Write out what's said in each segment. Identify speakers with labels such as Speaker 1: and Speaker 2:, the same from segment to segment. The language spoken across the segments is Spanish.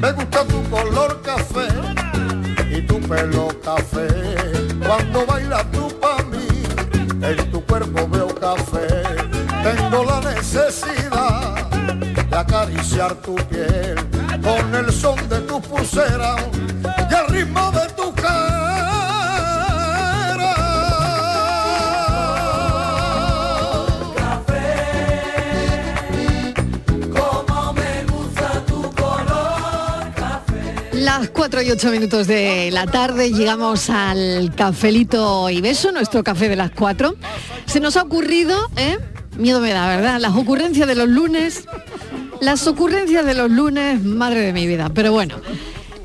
Speaker 1: Me gusta tu color café y tu pelo café. Cuando bailas tú pa' mí, en tu cuerpo veo café. Tengo la necesidad de acariciar tu piel con el son de tu pulsera y el ritmo de tu
Speaker 2: como me gusta tu color
Speaker 3: Las 4 y 8 minutos de la tarde llegamos al cafelito y beso, nuestro café de las 4. Se nos ha ocurrido, ¿eh? Miedo me da, ¿verdad? Las ocurrencias de los lunes. Las ocurrencias de los lunes, madre de mi vida. Pero bueno,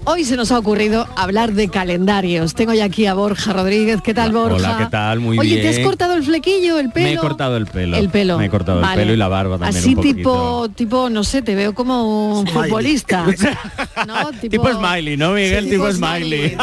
Speaker 3: hoy se nos ha ocurrido hablar de calendarios. Tengo ya aquí a Borja Rodríguez. ¿Qué tal, Borja?
Speaker 4: Hola, ¿qué tal? Muy
Speaker 3: Oye,
Speaker 4: bien.
Speaker 3: ¿te has cortado el flequillo, el pelo?
Speaker 4: Me he cortado el pelo.
Speaker 3: El pelo.
Speaker 4: Me he cortado
Speaker 3: Vale.
Speaker 4: el pelo y la barba también
Speaker 3: Así
Speaker 4: un poquito.
Speaker 3: tipo, tipo, no sé, te veo como un
Speaker 4: Smiley.
Speaker 3: futbolista. ¿no?
Speaker 4: Tipo Smiley, ¿no, Miguel?
Speaker 3: Sí,
Speaker 4: tipo
Speaker 3: tipo
Speaker 4: Smiley.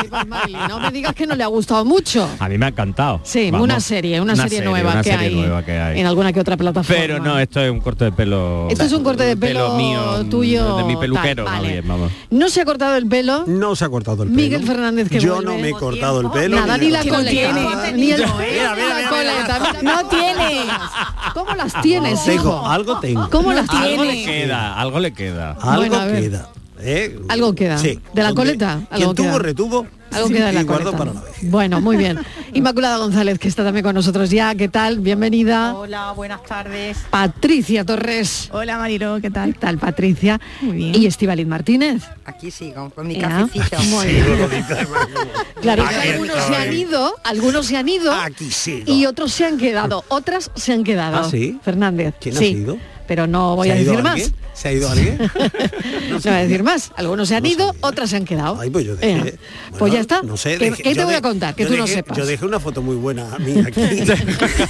Speaker 3: No me digas que no le ha gustado mucho.
Speaker 4: A mí me ha encantado.
Speaker 3: Sí,
Speaker 4: Vamos.
Speaker 3: una serie, una, serie, nueva,
Speaker 4: una
Speaker 3: que
Speaker 4: serie
Speaker 3: hay
Speaker 4: nueva que hay.
Speaker 3: en alguna que otra plataforma.
Speaker 4: Pero no, esto es un corte de pelo.
Speaker 3: Esto es un corte de pelo
Speaker 4: mío, mm,
Speaker 3: tuyo,
Speaker 4: De mi peluquero,
Speaker 3: tal,
Speaker 4: más
Speaker 3: vale.
Speaker 4: bien, vamos.
Speaker 3: No se ha cortado el pelo.
Speaker 5: No se ha cortado el pelo.
Speaker 3: Miguel Fernández que
Speaker 5: Yo
Speaker 3: vuelve.
Speaker 5: no me he cortado el pelo.
Speaker 3: Nada, ni la
Speaker 5: me-
Speaker 3: coleta, ni el-
Speaker 5: Mira, mira,
Speaker 3: la
Speaker 5: mira,
Speaker 3: coleta.
Speaker 5: mira.
Speaker 3: mira, No tiene. ¿Cómo las Ah, tienes, hijo?
Speaker 5: Tengo, algo tengo.
Speaker 3: ¿Cómo las
Speaker 4: Algo le
Speaker 3: tienes?
Speaker 4: queda, algo le queda.
Speaker 5: Algo
Speaker 3: Bueno, a ver.
Speaker 5: queda. ¿eh?
Speaker 3: Algo queda.
Speaker 5: Sí.
Speaker 3: ¿De la
Speaker 5: Donde-
Speaker 3: coleta?
Speaker 5: Quien
Speaker 3: Algo
Speaker 5: tuvo,
Speaker 3: queda.
Speaker 5: retuvo.
Speaker 3: Algo queda de la
Speaker 5: y guardó
Speaker 3: coleta.
Speaker 5: para la vez.
Speaker 3: Bueno, muy bien. Inmaculada González, que está también con nosotros ya. ¿Qué tal? Bienvenida.
Speaker 6: Hola, buenas tardes.
Speaker 3: Patricia Torres.
Speaker 6: Hola Mariló, ¿qué tal?
Speaker 3: ¿Qué tal, Patricia?
Speaker 6: Muy bien.
Speaker 3: Y Estibaliz Martínez.
Speaker 7: Aquí sigo, con mi
Speaker 3: ¿Eh?
Speaker 7: cafecito.
Speaker 3: Muy bien. Claro,
Speaker 5: Ah,
Speaker 3: es que algunos se han ido, algunos se han ido y otros se han quedado, otras se han quedado.
Speaker 5: ¿Ah, sí?
Speaker 3: Fernández.
Speaker 5: ¿Quién ha
Speaker 3: sí.
Speaker 5: sido?
Speaker 3: Pero no voy
Speaker 5: ¿Se
Speaker 3: a
Speaker 5: ha ido
Speaker 3: decir más.
Speaker 5: alguien? ¿Se ha ido alguien?
Speaker 3: No voy a decir más. Algunos se han ido, otras se han quedado.
Speaker 5: Ay, pues yo dejé-
Speaker 3: Eh,
Speaker 5: bueno,
Speaker 3: pues ya está.
Speaker 5: No sé,
Speaker 3: ¿Qué,
Speaker 5: dejé-
Speaker 3: qué te
Speaker 5: yo
Speaker 3: voy a
Speaker 5: de-
Speaker 3: contar? Que
Speaker 5: yo
Speaker 3: tú no
Speaker 5: dejé-
Speaker 3: sepas.
Speaker 5: Yo dejé una foto muy buena a mí aquí.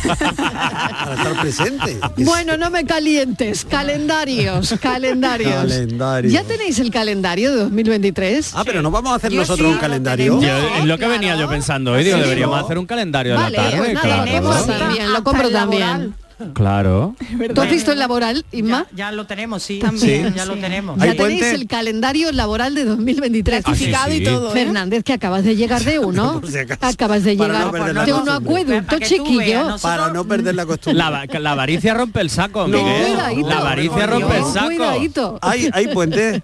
Speaker 5: para estar presente.
Speaker 3: Bueno, no me calientes. Calendarios, calendarios.
Speaker 5: Calendarios.
Speaker 3: ¿Ya tenéis el calendario de 2023?
Speaker 5: Ah, pero no vamos a hacer
Speaker 7: Yo
Speaker 5: nosotros
Speaker 7: sí,
Speaker 5: un
Speaker 7: lo
Speaker 5: calendario.
Speaker 4: Yo- es lo que venía yo pensando hoy, digo,
Speaker 5: Sí,
Speaker 4: deberíamos
Speaker 5: ¿no?
Speaker 4: hacer un calendario de
Speaker 3: Vale,
Speaker 4: la tarde,
Speaker 3: pues nada, lo
Speaker 4: claro.
Speaker 3: compro también, lo compro también.
Speaker 4: Claro.
Speaker 3: ¿Tú has visto el laboral, Inma?
Speaker 6: Ya lo tenemos, sí.
Speaker 5: También,
Speaker 6: ya lo tenemos.
Speaker 3: Ya
Speaker 5: ¿Hay
Speaker 3: tenéis
Speaker 5: puente?
Speaker 3: el calendario laboral de 2023.
Speaker 4: Ah, sí, sí. y
Speaker 6: ¿eh?
Speaker 4: todo,
Speaker 3: Fernández, que acabas de llegar de uno.
Speaker 5: Por si acaso.
Speaker 3: acabas de
Speaker 5: Para
Speaker 3: llegar
Speaker 5: no perder la
Speaker 3: de un
Speaker 5: costumbre.
Speaker 3: acueducto,
Speaker 6: Para que tú veas,
Speaker 3: chiquillo.
Speaker 6: no sé.
Speaker 5: Para no perder la costumbre.
Speaker 4: La, va- la avaricia rompe el saco, Miguel.
Speaker 3: Cuidadito.
Speaker 4: la avaricia rompe el
Speaker 3: Cuidadito.
Speaker 4: saco.
Speaker 3: Cuidadito.
Speaker 5: ¿Hay, ¿Hay puente?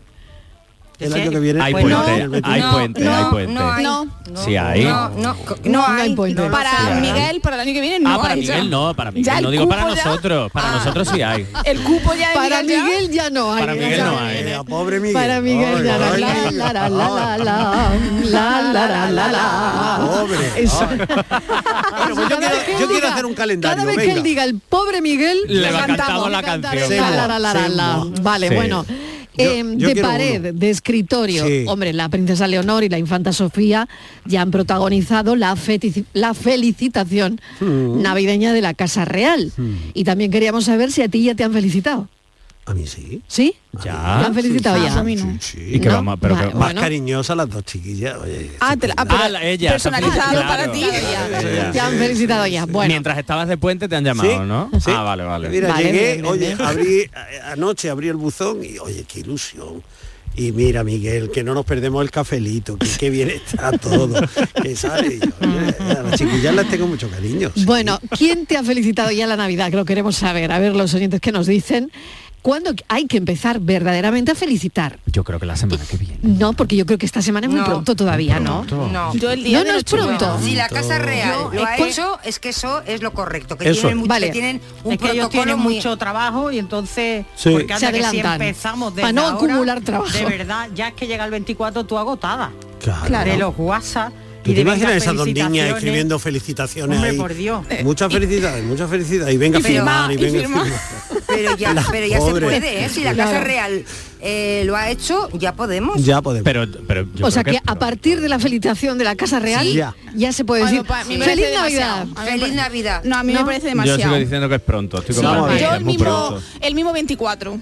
Speaker 5: El
Speaker 6: Sí.
Speaker 5: año que viene.
Speaker 4: Hay
Speaker 5: Pues no,
Speaker 4: puente,
Speaker 5: el 23.
Speaker 4: hay
Speaker 8: no,
Speaker 4: puente,
Speaker 8: no,
Speaker 4: hay puente.
Speaker 8: no hay.
Speaker 7: No,
Speaker 4: Sí, ahí.
Speaker 7: No, no, co- no
Speaker 3: No hay
Speaker 7: hay.
Speaker 3: puente.
Speaker 7: no lo
Speaker 8: Para
Speaker 7: sé.
Speaker 4: Claro.
Speaker 8: Miguel, para el año que viene no
Speaker 4: Ah, para
Speaker 8: hay ya.
Speaker 4: Miguel no, para
Speaker 8: Ya
Speaker 4: Miguel
Speaker 8: el
Speaker 4: no digo para
Speaker 8: cupo ya-
Speaker 4: nosotros, para
Speaker 8: Ah.
Speaker 4: nosotros sí hay.
Speaker 8: El cupo ya de
Speaker 3: Para
Speaker 8: ya-
Speaker 3: Miguel ya no hay.
Speaker 4: Para Miguel no hay.
Speaker 5: Eh, a pobre Miguel.
Speaker 3: Para Miguel
Speaker 5: Ay,
Speaker 3: ya no hay.
Speaker 5: ay,
Speaker 3: La, la, la, la, la, la, la, la, la, la.
Speaker 5: Pobre.
Speaker 3: Eso.
Speaker 5: ay. Bueno, pues yo quiero,
Speaker 3: Cada vez que él
Speaker 5: yo quiero
Speaker 3: diga-
Speaker 5: hacer un calendario.
Speaker 3: Cada vez
Speaker 5: venga.
Speaker 3: que él diga el pobre Miguel,
Speaker 4: Le va
Speaker 8: cantamos,
Speaker 4: cantando
Speaker 3: le
Speaker 4: la
Speaker 3: cantaré
Speaker 4: canción.
Speaker 3: la, la, la, la, la, la.
Speaker 5: Semo.
Speaker 3: Vale,
Speaker 4: Sí.
Speaker 3: bueno.
Speaker 5: Yo-
Speaker 3: Eh,
Speaker 5: yo
Speaker 3: de
Speaker 5: quiero
Speaker 3: pared,
Speaker 5: uno.
Speaker 3: de escritorio.
Speaker 5: Sí.
Speaker 3: Hombre, la princesa Leonor y la infanta Sofía ya han protagonizado la, fetici- la felicitación
Speaker 5: Mm.
Speaker 3: navideña de la Casa Real. Y también queríamos saber si a ti ya te han felicitado.
Speaker 5: A mí sí. Ah,
Speaker 3: ¿Sí?
Speaker 4: Ya.
Speaker 3: ¿Te han felicitado
Speaker 8: sí,
Speaker 3: ya?
Speaker 8: a mí Ah, no.
Speaker 4: Y que
Speaker 3: ¿eh? ¿No?
Speaker 4: vamos, pero
Speaker 3: Vale,
Speaker 4: que-
Speaker 5: Más
Speaker 3: Bueno.
Speaker 5: cariñosas las dos chiquillas. Oye,
Speaker 8: Ah, te la- ah, pero
Speaker 4: Ah, la- ella,
Speaker 8: personalizado
Speaker 4: claro.
Speaker 8: para ti.
Speaker 3: Te han felicitado ya. Bueno.
Speaker 4: Mientras estabas de puente te han llamado,
Speaker 5: Sí,
Speaker 4: ¿no?
Speaker 5: sí.
Speaker 4: Ah, vale, vale.
Speaker 5: Mira,
Speaker 3: Vale,
Speaker 5: llegué,
Speaker 3: bien, bien,
Speaker 5: oye,
Speaker 3: bien.
Speaker 5: abrí a- anoche abrí el buzón y oye, qué ilusión. Y mira, Miguel, que no nos perdemos el cafelito, que qué bien está todo, que sale. Y yo, oye, a las chiquillas las tengo mucho cariño. sí.
Speaker 3: Bueno, ¿quién te ha felicitado ya la Navidad? Que lo queremos saber. A ver los oyentes que nos dicen. ¿Cuándo hay que empezar verdaderamente a felicitar?
Speaker 4: Yo creo que la semana que viene.
Speaker 3: No, porque yo creo que esta semana es muy
Speaker 7: No.
Speaker 3: pronto todavía, ¿no?
Speaker 7: No.
Speaker 8: Yo el
Speaker 3: No,
Speaker 8: día
Speaker 3: no
Speaker 8: del
Speaker 3: es
Speaker 8: ocho de
Speaker 3: pronto.
Speaker 8: enero.
Speaker 7: Si la Casa Real
Speaker 3: Yo-
Speaker 7: lo ha
Speaker 3: ¿cuál-
Speaker 7: hecho, es que eso es lo correcto, que
Speaker 5: Eso
Speaker 7: tienen,
Speaker 5: es.
Speaker 7: mucho-
Speaker 3: Vale.
Speaker 7: que tienen un
Speaker 6: es que ellos
Speaker 7: protocolo
Speaker 6: tienen
Speaker 7: muy...
Speaker 6: mucho trabajo y entonces
Speaker 5: Sí.
Speaker 6: porque
Speaker 3: Se
Speaker 6: anda que si
Speaker 3: adelantan,
Speaker 6: empezamos
Speaker 3: pa'
Speaker 6: desde
Speaker 3: no
Speaker 6: ahora,
Speaker 3: acumular trabajo.
Speaker 6: de verdad ya es que llega el 24 tú agotada
Speaker 5: Claro.
Speaker 6: de los WhatsApp
Speaker 5: ¿Tú
Speaker 6: y
Speaker 5: Ah, te
Speaker 6: de
Speaker 5: imaginas
Speaker 6: venga,
Speaker 5: esas dos niñas
Speaker 6: felicitaciones?
Speaker 5: escribiendo felicitaciones
Speaker 6: Hombre,
Speaker 5: ahí?
Speaker 6: por Dios.
Speaker 5: Muchas felicidades, muchas felicidades. Y venga a
Speaker 7: Pero-
Speaker 5: firmar, y
Speaker 8: y
Speaker 5: venga a
Speaker 8: firma.
Speaker 5: firmar.
Speaker 7: Pero ya,
Speaker 5: La
Speaker 7: pero ya se
Speaker 5: pobre.
Speaker 7: puede, ¿eh? Si la Casa
Speaker 3: Claro.
Speaker 7: Real eh, lo ha hecho, ya podemos.
Speaker 5: Ya podemos.
Speaker 4: Pero, pero yo
Speaker 3: o sea que,
Speaker 4: creo
Speaker 3: a partir de la felicitación de la Casa Real
Speaker 5: Sí. Ya.
Speaker 3: ya se puede decir
Speaker 8: Bueno, pa- a mí me
Speaker 3: feliz
Speaker 8: parece
Speaker 3: Navidad.
Speaker 8: demasiado. A mí me
Speaker 7: Feliz
Speaker 8: parece-
Speaker 7: Navidad.
Speaker 8: No, a mí
Speaker 3: ¿No?
Speaker 8: me parece
Speaker 4: Yo sigo
Speaker 8: demasiado.
Speaker 4: diciendo que es pronto. Estoy
Speaker 5: Sí,
Speaker 4: con Patrick,
Speaker 8: Yo
Speaker 4: es
Speaker 8: el
Speaker 4: muy
Speaker 8: mismo,
Speaker 4: pronto.
Speaker 8: el mismo 24.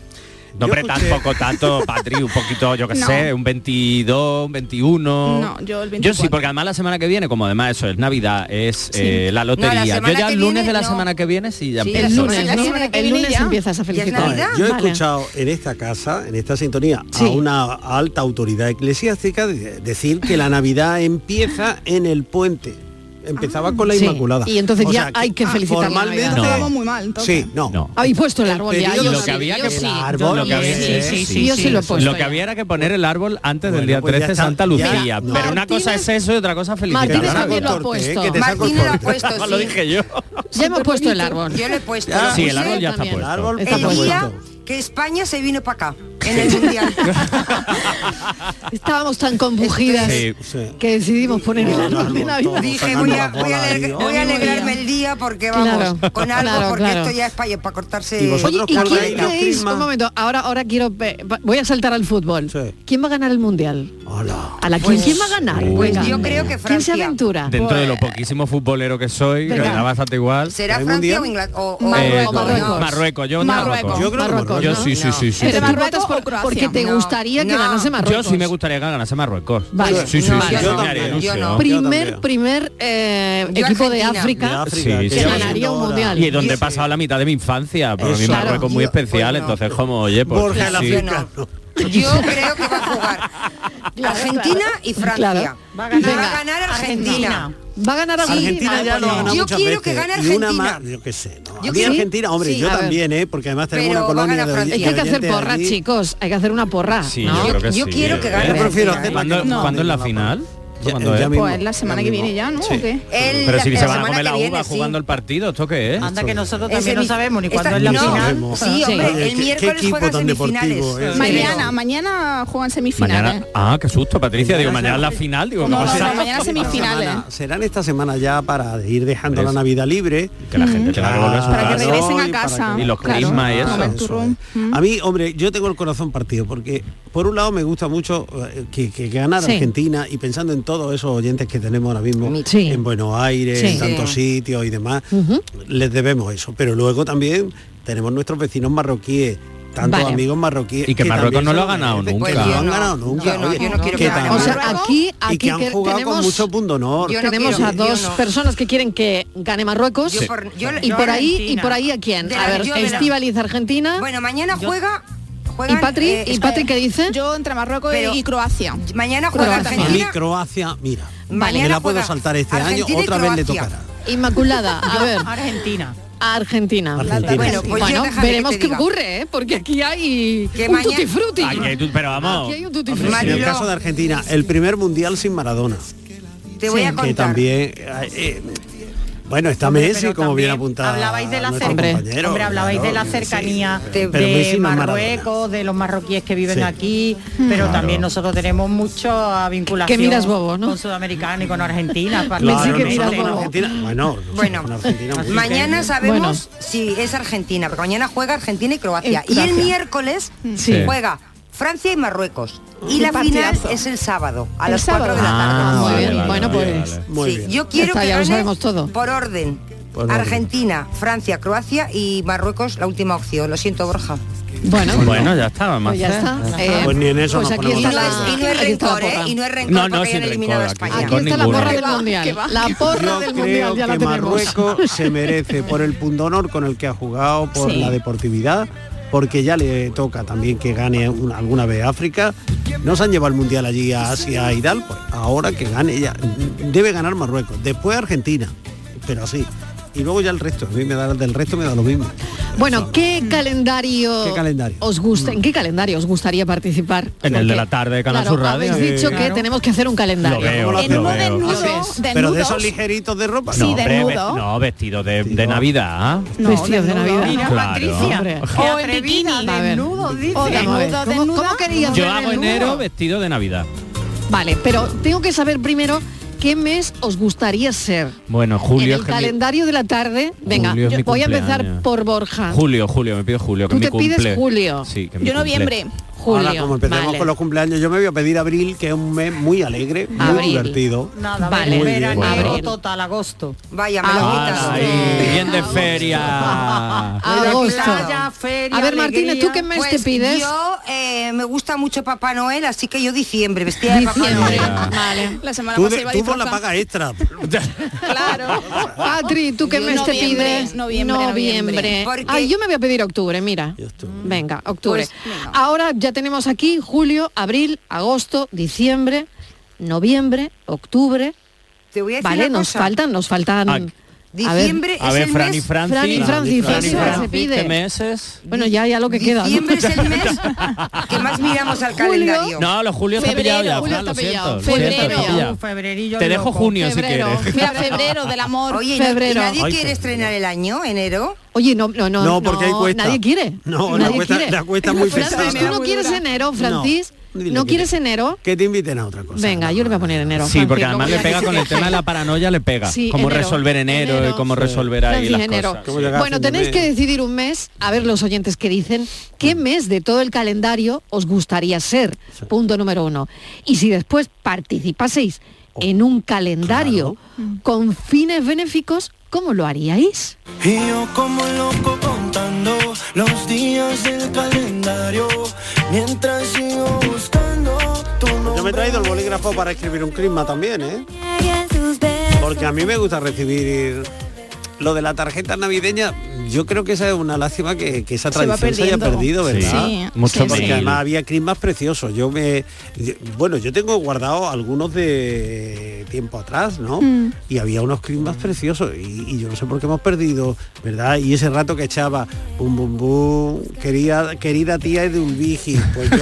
Speaker 5: Yo
Speaker 4: No, hombre,
Speaker 5: escuché-
Speaker 4: tampoco tanto, Patri, un poquito, yo qué
Speaker 8: No.
Speaker 4: sé, un 22, un 21.
Speaker 8: No, yo el
Speaker 4: Yo sí,
Speaker 8: 24.
Speaker 4: porque además la semana que viene, como además eso es Navidad, es
Speaker 8: Sí.
Speaker 4: eh,
Speaker 7: la
Speaker 4: la lotería. yo
Speaker 7: semana
Speaker 4: ya
Speaker 7: que
Speaker 4: el lunes
Speaker 7: viene,
Speaker 4: de la
Speaker 7: no.
Speaker 4: semana que viene sí ya
Speaker 7: Sí,
Speaker 3: El
Speaker 4: empiezo.
Speaker 3: lunes,
Speaker 8: La
Speaker 3: ¿no?
Speaker 8: semana que
Speaker 3: El
Speaker 8: viene
Speaker 3: lunes
Speaker 8: ya.
Speaker 3: empiezas a felicitar.
Speaker 7: Navidad.
Speaker 5: Yo he
Speaker 3: Vale.
Speaker 5: escuchado en esta casa, en esta sintonía,
Speaker 3: Sí.
Speaker 5: a una alta autoridad eclesiástica de- decir que la Navidad empieza en el puente. Empezaba con la
Speaker 3: Ah, Sí.
Speaker 5: Inmaculada.
Speaker 3: Y entonces ya hay que felicitar la
Speaker 5: formalmente-
Speaker 3: Navidad.
Speaker 8: Entonces vamos muy mal, entonces.
Speaker 5: Sí, no.
Speaker 4: No.
Speaker 3: Habéis puesto el árbol ya.
Speaker 5: periodo-
Speaker 3: Yo
Speaker 5: Lo
Speaker 3: sí,
Speaker 4: que había
Speaker 3: yo
Speaker 4: que-
Speaker 3: sí.
Speaker 5: El árbol,
Speaker 3: Yo
Speaker 4: lo que había-
Speaker 3: sí, sí,
Speaker 4: sí,
Speaker 3: sí,
Speaker 4: sí,
Speaker 3: yo
Speaker 4: sí,
Speaker 3: sí lo he
Speaker 4: sí.
Speaker 3: puesto.
Speaker 4: Lo que
Speaker 3: ya.
Speaker 4: había era que poner el árbol antes del
Speaker 5: Bueno,
Speaker 4: día
Speaker 5: pues ya
Speaker 4: 13
Speaker 5: está.
Speaker 4: Santa
Speaker 5: Mira,
Speaker 4: Lucía.
Speaker 5: no.
Speaker 4: Pero una cosa es eso y otra cosa felicitar.
Speaker 3: Martínez
Speaker 4: Ahora,
Speaker 3: también lo ha
Speaker 5: corte,
Speaker 3: puesto.
Speaker 5: que te saco el
Speaker 7: Martínez lo ha
Speaker 5: corte.
Speaker 7: puesto,
Speaker 4: Pues ¿eh? lo
Speaker 7: sí.
Speaker 4: dije yo.
Speaker 3: Ya hemos puesto el árbol.
Speaker 7: Yo lo he puesto.
Speaker 5: Ah,
Speaker 7: lo
Speaker 4: Sí, el
Speaker 7: puse
Speaker 4: árbol ya está
Speaker 3: también.
Speaker 4: puesto.
Speaker 5: El árbol
Speaker 3: Está
Speaker 7: el
Speaker 3: puesto.
Speaker 7: día que España se vino para acá, en el Mundial.
Speaker 3: Estábamos tan compungidas
Speaker 4: Sí.
Speaker 5: Sí.
Speaker 3: que decidimos poner el
Speaker 5: No,
Speaker 3: árbol de
Speaker 5: no,
Speaker 3: Navidad.
Speaker 5: todo.
Speaker 7: Dije,
Speaker 5: sacando
Speaker 7: voy
Speaker 5: la
Speaker 7: a, voy a
Speaker 5: bola,
Speaker 7: alegr-
Speaker 5: Dios.
Speaker 7: voy a
Speaker 3: El mismo
Speaker 7: alegrarme
Speaker 3: día.
Speaker 7: el día porque vamos
Speaker 3: Claro,
Speaker 7: con algo,
Speaker 3: claro,
Speaker 7: porque
Speaker 3: claro.
Speaker 7: esto ya es para, cortarse.
Speaker 5: Y vosotros-
Speaker 3: Oye, ¿y
Speaker 5: Nosotros
Speaker 3: quién
Speaker 5: por ahí,
Speaker 3: creéis?
Speaker 5: Prisma.
Speaker 3: Un momento, ahora, ahora quiero... pe- pa- Voy a saltar al fútbol.
Speaker 5: Sí.
Speaker 3: ¿Quién va a ganar el Mundial?
Speaker 5: Hola.
Speaker 3: ¿A la
Speaker 7: Pues-
Speaker 3: ¿Quién va a ganar?
Speaker 7: pues
Speaker 3: Venga.
Speaker 7: yo creo que
Speaker 3: ¿Quién se
Speaker 7: Francia.
Speaker 3: aventura?
Speaker 4: Dentro de lo poquísimo futbolero que soy, que me
Speaker 3: Venga.
Speaker 4: da bastante igual.
Speaker 7: ¿Será
Speaker 5: ¿Hay
Speaker 7: Francia
Speaker 5: mundial?
Speaker 7: o Inglaterra? O,
Speaker 4: Eh,
Speaker 3: Marruecos. Marruecos.
Speaker 4: Marruecos, yo
Speaker 8: Marruecos.
Speaker 4: Marruecos.
Speaker 5: Yo creo que
Speaker 3: Marruecos,
Speaker 4: Yo
Speaker 3: ¿no?
Speaker 4: sí, sí,
Speaker 7: No.
Speaker 4: sí, sí.
Speaker 3: Pero tú
Speaker 8: Marruecos
Speaker 3: votas por-
Speaker 8: o Croacia.
Speaker 3: porque te
Speaker 7: No,
Speaker 3: gustaría que
Speaker 7: no.
Speaker 3: ganase
Speaker 4: Yo
Speaker 3: Marruecos.
Speaker 4: sí me gustaría que ganase Marruecos.
Speaker 3: Vale.
Speaker 4: Sí, sí,
Speaker 7: No,
Speaker 4: sí.
Speaker 7: yo
Speaker 4: yo
Speaker 7: no,
Speaker 4: me haría
Speaker 7: yo
Speaker 4: ilusión.
Speaker 7: no.
Speaker 3: Primer,
Speaker 5: Yo también.
Speaker 3: primer eh,
Speaker 7: Yo
Speaker 3: equipo de
Speaker 7: Argentina.
Speaker 5: De
Speaker 3: África.
Speaker 5: África,
Speaker 4: Sí,
Speaker 5: que
Speaker 4: sí.
Speaker 5: lleva
Speaker 4: Ganaría
Speaker 5: siendo
Speaker 3: un
Speaker 5: ahora.
Speaker 3: mundial.
Speaker 4: Y donde he pasado la mitad de mi infancia, para mí
Speaker 5: Eso.
Speaker 4: Marruecos es muy
Speaker 7: Yo-
Speaker 4: especial,
Speaker 7: pues no.
Speaker 4: entonces como oye, pues
Speaker 5: Borja el
Speaker 4: sí, sí.
Speaker 7: africano. Yo creo que va a jugar Argentina y Francia.
Speaker 3: Claro.
Speaker 6: Va a ganar,
Speaker 7: Va a ganar Argentina.
Speaker 6: Argentina.
Speaker 3: Va a ganar Argentina.
Speaker 5: Argentina ya lo ha ganado
Speaker 7: Yo
Speaker 5: muchas
Speaker 7: quiero que
Speaker 5: veces.
Speaker 7: gane
Speaker 5: Y una
Speaker 7: Argentina.
Speaker 5: más, yo qué sé. ¿no? A
Speaker 3: Yo
Speaker 5: mí
Speaker 3: sí.
Speaker 5: Argentina, hombre,
Speaker 3: Sí,
Speaker 5: yo
Speaker 3: a ver.
Speaker 5: también, ¿eh? Porque además tenemos
Speaker 7: Pero
Speaker 5: una
Speaker 7: va a
Speaker 5: colonia
Speaker 7: ganar
Speaker 5: de,
Speaker 7: Francia.
Speaker 3: Es que hay que hacer
Speaker 5: oyentes
Speaker 3: porra,
Speaker 5: allí.
Speaker 3: chicos. Hay que hacer una porra.
Speaker 4: Sí,
Speaker 3: ¿no?
Speaker 4: yo creo que
Speaker 7: Yo
Speaker 4: sí.
Speaker 7: quiero que gane
Speaker 5: Yo
Speaker 7: Argentina,
Speaker 5: prefiero hacer
Speaker 7: ¿eh?
Speaker 5: la
Speaker 4: ¿Cuándo,
Speaker 5: campaña
Speaker 4: ¿cuándo es la
Speaker 5: con
Speaker 4: final?
Speaker 5: Ya-
Speaker 4: ¿Cuándo
Speaker 5: ya
Speaker 4: es?
Speaker 5: mismo,
Speaker 8: Pues la semana
Speaker 5: ya
Speaker 8: que
Speaker 5: mismo.
Speaker 8: viene ya, ¿no?
Speaker 5: Sí.
Speaker 8: ¿O qué?
Speaker 7: Él
Speaker 4: Pero
Speaker 7: la-
Speaker 4: si
Speaker 7: la
Speaker 4: se van a
Speaker 7: semana
Speaker 4: comer
Speaker 7: que
Speaker 4: la
Speaker 7: viene,
Speaker 4: uva
Speaker 7: sí.
Speaker 4: jugando el partido, ¿esto qué es?
Speaker 6: Anda que nosotros
Speaker 7: Es
Speaker 6: también no
Speaker 7: semi-
Speaker 6: sabemos ni cuándo
Speaker 7: esta-
Speaker 6: es la
Speaker 7: no,
Speaker 6: final.
Speaker 7: Sí, hombre,
Speaker 5: Oye,
Speaker 7: el
Speaker 5: qué- qué
Speaker 7: miércoles
Speaker 5: equipo
Speaker 7: juegan
Speaker 5: tan
Speaker 7: semifinales.
Speaker 5: deportivo, ¿eh?
Speaker 8: Mañana, mañana juegan semifinales.
Speaker 4: Mañana, ah, qué susto, Patricia, digo, mañana es la final, digo, ¿qué
Speaker 8: No, no,
Speaker 4: pasa?
Speaker 8: no, mañana semifinales.
Speaker 5: Semana- serán esta semana ya para ir dejando la
Speaker 4: Eso.
Speaker 5: Navidad libre.
Speaker 4: Que la gente tenga que volver a su
Speaker 8: Para que
Speaker 4: casa.
Speaker 8: regresen a
Speaker 5: y para
Speaker 8: casa.
Speaker 4: Y los crismas y eso.
Speaker 8: Comer turrón.
Speaker 5: es. A mí, hombre, yo tengo el corazón partido porque, por un lado, me gusta mucho eh, que, que ganara
Speaker 3: Sí.
Speaker 5: Argentina y pensando en todos esos oyentes que tenemos ahora mismo
Speaker 3: Mi- Sí.
Speaker 5: en Buenos Aires,
Speaker 3: Sí.
Speaker 5: en tantos sitios y demás, les debemos eso. Pero luego también tenemos nuestros vecinos marroquíes, tantos
Speaker 3: Vale.
Speaker 5: amigos marroquíes.
Speaker 4: Y que Marruecos
Speaker 5: también
Speaker 4: no
Speaker 5: se
Speaker 4: lo ha ganado
Speaker 5: merecen,
Speaker 4: nunca.
Speaker 5: Que no
Speaker 4: Pues
Speaker 5: lo
Speaker 4: yo
Speaker 5: han
Speaker 7: no,
Speaker 5: ganado
Speaker 7: yo
Speaker 5: nunca.
Speaker 7: no,
Speaker 5: oye,
Speaker 7: yo no quiero
Speaker 5: que
Speaker 7: que gane
Speaker 5: tan-
Speaker 3: O sea,
Speaker 8: Marruecos.
Speaker 3: aquí,
Speaker 5: y
Speaker 3: aquí
Speaker 5: que han
Speaker 3: que-
Speaker 5: jugado con
Speaker 3: tenemos,
Speaker 5: mucho punto honor.
Speaker 7: Yo no
Speaker 3: tenemos
Speaker 7: quiero-
Speaker 3: a dos
Speaker 7: yo no.
Speaker 3: personas que quieren que gane Marruecos.
Speaker 7: Yo por- yo-
Speaker 3: Y
Speaker 7: yo
Speaker 3: por ahí, y
Speaker 6: Argentina.
Speaker 3: por ahí a quién?
Speaker 7: De
Speaker 3: A
Speaker 7: la-
Speaker 3: ver,
Speaker 7: yo de la-
Speaker 3: Estivaliz Argentina.
Speaker 7: Bueno, mañana juega.
Speaker 3: ¿Y
Speaker 7: juegan,
Speaker 3: Patri?
Speaker 7: eh,
Speaker 3: ¿Y Patri qué dice?
Speaker 8: Yo entre Marruecos
Speaker 7: Pero-
Speaker 8: y Croacia.
Speaker 7: Mañana juega
Speaker 3: Croacia.
Speaker 5: A mí
Speaker 7: Argentina.
Speaker 5: Croacia, mira,
Speaker 7: Mañana
Speaker 5: me la puedo
Speaker 7: juega
Speaker 5: saltar este año,
Speaker 7: Argentina y
Speaker 5: otra vez le
Speaker 7: Croacia.
Speaker 5: tocará.
Speaker 3: Inmaculada, a ver,
Speaker 6: Argentina.
Speaker 3: a Argentina.
Speaker 5: Argentina.
Speaker 7: Bueno, pues yo
Speaker 3: Bueno,
Speaker 7: déjame que
Speaker 3: veremos
Speaker 7: te
Speaker 3: qué
Speaker 7: diga.
Speaker 3: ocurre, ¿eh? porque aquí hay
Speaker 7: Que
Speaker 3: un
Speaker 7: mañana-
Speaker 3: tutti frutti.
Speaker 4: Aquí hay tu- pero vamos.
Speaker 3: Aquí hay un tutti
Speaker 5: En
Speaker 3: frutti.
Speaker 5: el
Speaker 7: Mariló.
Speaker 5: caso de Argentina, el primer mundial sin Maradona,
Speaker 7: Te voy a
Speaker 5: que
Speaker 7: contar.
Speaker 5: también... eh, eh, bueno, está
Speaker 6: Hombre,
Speaker 5: Messi,
Speaker 6: pero
Speaker 5: como bien
Speaker 6: también
Speaker 5: apuntada.
Speaker 6: Hablabais de la
Speaker 5: nuestro
Speaker 3: Hombre.
Speaker 5: compañero,
Speaker 6: Hombre, hablabais de
Speaker 5: claro,
Speaker 6: la
Speaker 5: sí.
Speaker 6: cercanía
Speaker 7: Te-
Speaker 5: Pero
Speaker 6: de
Speaker 5: Messi no es Maradona.
Speaker 6: Marruecos, de los marroquíes que viven
Speaker 5: Sí.
Speaker 6: aquí, pero también nosotros tenemos mucha vinculación
Speaker 3: Hmm. Que miras bobo, ¿no?
Speaker 6: con Sudamericano y con Argentina. para-
Speaker 3: Messi
Speaker 5: Claro,
Speaker 3: que
Speaker 5: nosotros
Speaker 3: mira
Speaker 5: con
Speaker 3: como-
Speaker 5: Argentina, bueno, nosotros
Speaker 7: Bueno,
Speaker 5: con Argentina muy bien.
Speaker 7: mañana sabemos si es Argentina, porque mañana juega Argentina y Croacia.
Speaker 3: Y
Speaker 7: Y el
Speaker 3: Eh, Croacia.
Speaker 7: miércoles
Speaker 4: Sí.
Speaker 7: juega Francia y Marruecos. Y
Speaker 8: Qué
Speaker 7: la final
Speaker 8: partidazo.
Speaker 7: es el sábado, a
Speaker 8: El
Speaker 7: las 4 de la
Speaker 4: sábado.
Speaker 7: tarde.
Speaker 4: Ah,
Speaker 3: Muy
Speaker 4: vale,
Speaker 3: bien,
Speaker 4: vale,
Speaker 3: bueno,
Speaker 4: vale,
Speaker 3: pues...
Speaker 4: vale.
Speaker 5: Muy
Speaker 7: Sí,
Speaker 5: bien.
Speaker 7: Yo quiero
Speaker 3: Está,
Speaker 7: que
Speaker 3: ya lo
Speaker 7: gane
Speaker 3: sabemos todo.
Speaker 7: por orden.
Speaker 5: Por orden.
Speaker 7: Argentina, Francia, Croacia y Marruecos la última opción. Lo siento, Borja.
Speaker 3: Bueno,
Speaker 4: Bueno, ya está, vamos.
Speaker 3: pues ya está. eh,
Speaker 5: Pues ni en eso
Speaker 3: pues
Speaker 5: nos
Speaker 3: aquí
Speaker 5: ponemos
Speaker 3: está
Speaker 7: Y no es,
Speaker 3: la,
Speaker 7: y no es
Speaker 3: aquí está la
Speaker 7: rencor, ¿eh?
Speaker 3: porra.
Speaker 7: Y no es rencor
Speaker 4: No, no,
Speaker 7: porque
Speaker 4: sin
Speaker 7: hayan eliminado a
Speaker 4: rencor,
Speaker 7: España.
Speaker 3: Aquí está la
Speaker 4: Ninguno.
Speaker 3: porra del
Speaker 8: Que va, que
Speaker 3: mundial.
Speaker 8: va.
Speaker 3: La porra
Speaker 5: Yo
Speaker 3: del
Speaker 5: creo
Speaker 3: mundial ya la
Speaker 5: que
Speaker 3: tenemos.
Speaker 5: Marruecos se merece por el pundonor con el que ha jugado, por
Speaker 8: Sí.
Speaker 5: la deportividad, porque ya le toca también que gane un- alguna vez África. No se han llevado el mundial allí a Asia a Idal, pues ahora que gane ya. Debe ganar Marruecos, después Argentina, pero así. Y luego ya el resto, a mí me da del resto me da lo mismo.
Speaker 3: Bueno,
Speaker 4: Mm.
Speaker 3: ¿qué calendario,
Speaker 5: ¿Qué calendario?
Speaker 3: os gusta? ¿En qué calendario os gustaría participar?
Speaker 4: En el de la tarde de Canal
Speaker 3: claro,
Speaker 4: Sur Radio.
Speaker 3: Habéis dicho
Speaker 4: Sí,
Speaker 3: que
Speaker 4: claro.
Speaker 3: tenemos que hacer un
Speaker 4: Lo
Speaker 3: calendario.
Speaker 4: veo,
Speaker 8: En
Speaker 4: lo
Speaker 8: uno
Speaker 4: veo.
Speaker 8: desnudo,
Speaker 3: Haces.
Speaker 5: Pero
Speaker 8: desnudos.
Speaker 5: de esos ligeritos de ropa.
Speaker 8: Sí,
Speaker 4: hombre, ve-
Speaker 8: desnudo.
Speaker 4: no, vestido de, de
Speaker 5: Vestido.
Speaker 4: Navidad.
Speaker 8: No,
Speaker 3: Vestidos de
Speaker 8: desnudo.
Speaker 3: Navidad.
Speaker 6: Mira,
Speaker 4: Claro.
Speaker 6: Patricia,
Speaker 3: Hombre.
Speaker 6: qué
Speaker 8: O en
Speaker 6: atrevida.
Speaker 8: bikini.
Speaker 3: A ver.
Speaker 6: Desnudo, dice.
Speaker 8: O
Speaker 3: Vamos a ver,
Speaker 8: desnudo,
Speaker 3: ¿Cómo,
Speaker 8: desnuda.
Speaker 3: cómo querías
Speaker 4: Yo
Speaker 3: hacer
Speaker 4: hago
Speaker 3: el
Speaker 4: enero
Speaker 3: nudo?
Speaker 4: vestido de Navidad.
Speaker 3: Vale, pero tengo que saber primero qué mes os gustaría ser.
Speaker 4: Bueno, julio
Speaker 3: en
Speaker 4: es
Speaker 3: el
Speaker 4: que mi-
Speaker 3: calendario de la tarde, venga,
Speaker 4: Julio es mi
Speaker 3: voy a empezar
Speaker 4: cumpleaños.
Speaker 3: por Borja.
Speaker 4: Julio, julio, me pido julio. que
Speaker 3: Tú
Speaker 4: es mi
Speaker 3: te pides
Speaker 4: cumple.
Speaker 3: julio.
Speaker 4: Sí, que es mi cumple.
Speaker 3: Yo noviembre. Julio,
Speaker 5: Ahora, como empezamos
Speaker 3: vale.
Speaker 5: con los cumpleaños, yo me voy a pedir abril, que es un mes muy alegre, muy
Speaker 6: Abril.
Speaker 5: divertido.
Speaker 6: Nada,
Speaker 5: Vale.
Speaker 6: vale.
Speaker 5: Muy bien,
Speaker 6: Verano,
Speaker 5: bueno.
Speaker 6: total, agosto.
Speaker 7: Vaya,
Speaker 6: me
Speaker 4: Ay, bien de feria.
Speaker 3: Agosto.
Speaker 7: Playa, feria,
Speaker 3: A ver, Martínez, ¿tú qué mes
Speaker 7: Pues
Speaker 3: te pides?
Speaker 7: Yo eh, me gusta mucho Papá Noel, así que yo diciembre, vestida de Papá
Speaker 3: Diciembre.
Speaker 7: Noel.
Speaker 3: Vale.
Speaker 8: La semana
Speaker 5: Tú,
Speaker 8: pasada
Speaker 5: de-
Speaker 8: iba
Speaker 5: tú por la
Speaker 8: disfrazada.
Speaker 5: paga extra.
Speaker 8: Claro.
Speaker 3: Patri, ¿tú qué
Speaker 8: Yo
Speaker 3: mes te
Speaker 8: noviembre,
Speaker 3: pides?
Speaker 8: noviembre, noviembre.
Speaker 7: Porque-
Speaker 3: Ay, yo me voy a pedir octubre, mira. Venga, octubre.
Speaker 7: Pues,
Speaker 3: Ahora ya tenemos aquí julio, abril, agosto, diciembre, noviembre, octubre.
Speaker 7: Te voy a decir
Speaker 3: Vale,
Speaker 7: una
Speaker 3: nos
Speaker 7: cosa.
Speaker 3: faltan, nos faltan.
Speaker 4: Ah,
Speaker 3: a ver.
Speaker 7: Diciembre
Speaker 4: A
Speaker 7: es
Speaker 4: ver,
Speaker 7: el
Speaker 4: Fran y
Speaker 7: mes.
Speaker 4: Francis.
Speaker 3: Fran y Francis,
Speaker 4: Fran y
Speaker 3: eso se
Speaker 4: Francis,
Speaker 3: pide.
Speaker 4: ¿Qué meses?
Speaker 3: Bueno, ya, ya lo que queda. ¿no?
Speaker 7: Diciembre es el mes que más miramos al
Speaker 3: Julio.
Speaker 7: calendario.
Speaker 4: No, los julio está
Speaker 8: Febrero,
Speaker 4: pillado ya,
Speaker 8: julio
Speaker 4: Fran, lo
Speaker 8: está
Speaker 4: siento.
Speaker 8: pillado.
Speaker 4: lo siento,
Speaker 8: Febrero.
Speaker 4: está pillado.
Speaker 6: Un febrerillo
Speaker 4: Te dejo
Speaker 6: loco.
Speaker 4: junio si
Speaker 3: Febrero.
Speaker 4: quieres.
Speaker 8: Mira, febrero del amor.
Speaker 7: Oye, ¿y no- ¿y
Speaker 3: febrero.
Speaker 7: nadie
Speaker 4: Ay,
Speaker 7: quiere
Speaker 4: febrero.
Speaker 7: estrenar el año, enero?
Speaker 3: Oye, no, no, no.
Speaker 5: No, porque ahí cuesta.
Speaker 3: Nadie quiere.
Speaker 5: No, la
Speaker 3: nadie
Speaker 5: cuesta- la cuesta muy
Speaker 3: Francis,
Speaker 5: pesada.
Speaker 3: ¿Tú no
Speaker 8: Muy
Speaker 3: quieres
Speaker 8: dura.
Speaker 3: enero, Francis?
Speaker 5: No.
Speaker 3: ¿No,
Speaker 5: Dile que
Speaker 3: quieres
Speaker 5: te-
Speaker 3: enero?
Speaker 5: Que te inviten a otra cosa.
Speaker 3: Venga, yo le voy a poner enero.
Speaker 4: Sí, porque
Speaker 3: Francis,
Speaker 4: además
Speaker 3: luego
Speaker 4: le
Speaker 3: ya
Speaker 4: pega
Speaker 3: que
Speaker 4: con
Speaker 3: se
Speaker 4: el tema de la paranoia, le pega.
Speaker 3: Sí,
Speaker 4: cómo
Speaker 3: enero.
Speaker 4: resolver enero,
Speaker 3: Enero.
Speaker 4: y cómo resolver ahí
Speaker 3: Francis,
Speaker 4: las
Speaker 3: enero.
Speaker 4: cosas.
Speaker 5: ¿Cómo llegar a
Speaker 3: Bueno,
Speaker 5: fin de
Speaker 3: tenéis
Speaker 5: mes?
Speaker 3: que decidir un mes, a ver los oyentes que dicen, qué mes de todo el calendario os gustaría ser, punto número uno. Y si después participaseis en un calendario con fines benéficos, ¿cómo lo haríais?
Speaker 2: Y yo como loco contando los días del calendario mientras sigo buscando tu nombre.
Speaker 5: Yo me he traído el bolígrafo para escribir un crisma también, ¿eh? Porque a mí me gusta recibir lo de la tarjeta navideña. Yo creo que esa es una lástima que, que esa
Speaker 8: Se va
Speaker 5: tradición se, haya perdido,
Speaker 8: perdiendo.
Speaker 5: ¿verdad?
Speaker 8: Sí.
Speaker 4: Mucho
Speaker 8: Sí,
Speaker 5: Porque
Speaker 8: sí.
Speaker 4: mail.
Speaker 5: además había crismas preciosos. Yo me, yo- bueno, yo tengo guardado algunos de tiempo atrás, ¿no?
Speaker 8: Mm.
Speaker 5: Y había unos crismas preciosos y, y yo no sé por qué hemos perdido, ¿verdad? Y ese rato que echaba, bum bum bum, querida, querida tía de un vigi, pues yo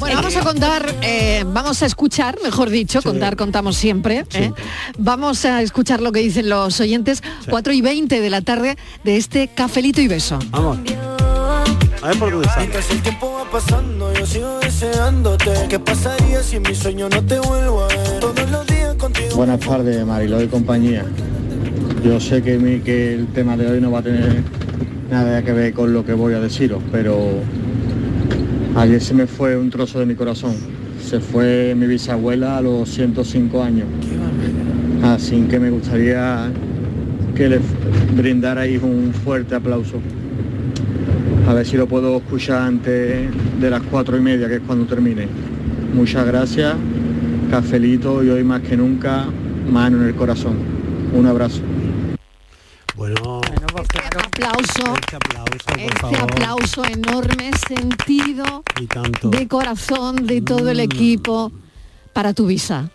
Speaker 3: Bueno, vamos a contar, eh, vamos a escuchar, mejor dicho, contar contamos siempre. ¿eh? Vamos a escuchar lo que dicen los oyentes, 4 y 20 de la tarde de este cafelito y beso.
Speaker 5: vamos. A ver por dónde sale.
Speaker 2: Mientras el tiempo va pasando, yo sigo deseándote. ¿Qué pasaría si en mi sueño no te vuelvo a ver? Todos los días contigo.
Speaker 9: Buenas tardes, Mariló y compañía. Yo sé que, mi- que el tema de hoy no va a tener nada que ver con lo que voy a deciros, pero ayer se me fue un trozo de mi corazón. Se fue mi bisabuela a los 105 años. Así que me gustaría que le brindarais un fuerte aplauso. A ver si lo puedo escuchar antes de las cuatro y media, que es cuando termine. Muchas gracias, cafelito y hoy más que nunca, mano en el corazón. Un abrazo.
Speaker 5: Bueno,
Speaker 3: Aplauso,
Speaker 5: este aplauso, por
Speaker 3: este
Speaker 5: favor.
Speaker 3: aplauso enorme, sentido
Speaker 5: Y tanto.
Speaker 3: de corazón de todo
Speaker 5: Mm.
Speaker 3: el equipo para tu visa.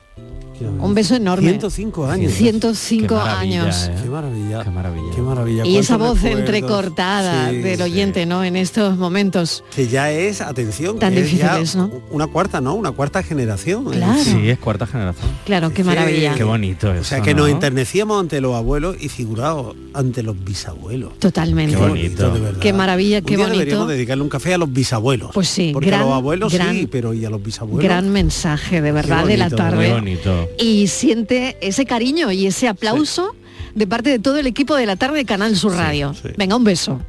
Speaker 3: Un beso enorme.
Speaker 5: 105 años.
Speaker 3: 105
Speaker 4: Qué maravilla,
Speaker 3: años.
Speaker 4: ¿eh?
Speaker 5: Qué maravilla.
Speaker 4: Qué maravilla.
Speaker 5: Qué maravilla.
Speaker 3: Y esa
Speaker 5: Cuántos
Speaker 3: voz
Speaker 5: recuerdos.
Speaker 3: entrecortada
Speaker 5: Sí,
Speaker 3: del
Speaker 5: sí.
Speaker 3: oyente, ¿no? En estos momentos.
Speaker 5: Que ya es, atención,
Speaker 3: Tan
Speaker 5: que es
Speaker 3: difícil
Speaker 5: ya
Speaker 3: es, ¿no?
Speaker 5: Una cuarta, ¿no? Una cuarta generación. Es
Speaker 3: Claro.
Speaker 5: decir,
Speaker 4: Sí, es cuarta generación.
Speaker 3: Claro, qué
Speaker 5: Sí.
Speaker 3: maravilla.
Speaker 4: Qué bonito eso,
Speaker 5: O sea, que
Speaker 4: ¿no?
Speaker 5: nos enternecíamos ante los abuelos y figurados ante los bisabuelos.
Speaker 3: Totalmente.
Speaker 4: Qué bonito.
Speaker 5: de verdad.
Speaker 3: Qué maravilla,
Speaker 5: Un
Speaker 3: qué
Speaker 5: día
Speaker 3: bonito.
Speaker 5: deberíamos dedicarle un café a los bisabuelos.
Speaker 3: Pues sí,
Speaker 5: Porque a
Speaker 3: gran-
Speaker 5: los abuelos
Speaker 3: gran-
Speaker 5: sí, pero y a los bisabuelos.
Speaker 3: Gran mensaje, de verdad,
Speaker 5: Qué
Speaker 3: de la
Speaker 5: bonito,
Speaker 4: Muy
Speaker 3: tarde.
Speaker 4: bonito.
Speaker 3: y siente ese cariño y ese aplauso de parte de todo el equipo de la tarde de Canal Sur Radio.
Speaker 5: sí.
Speaker 3: Venga, un beso.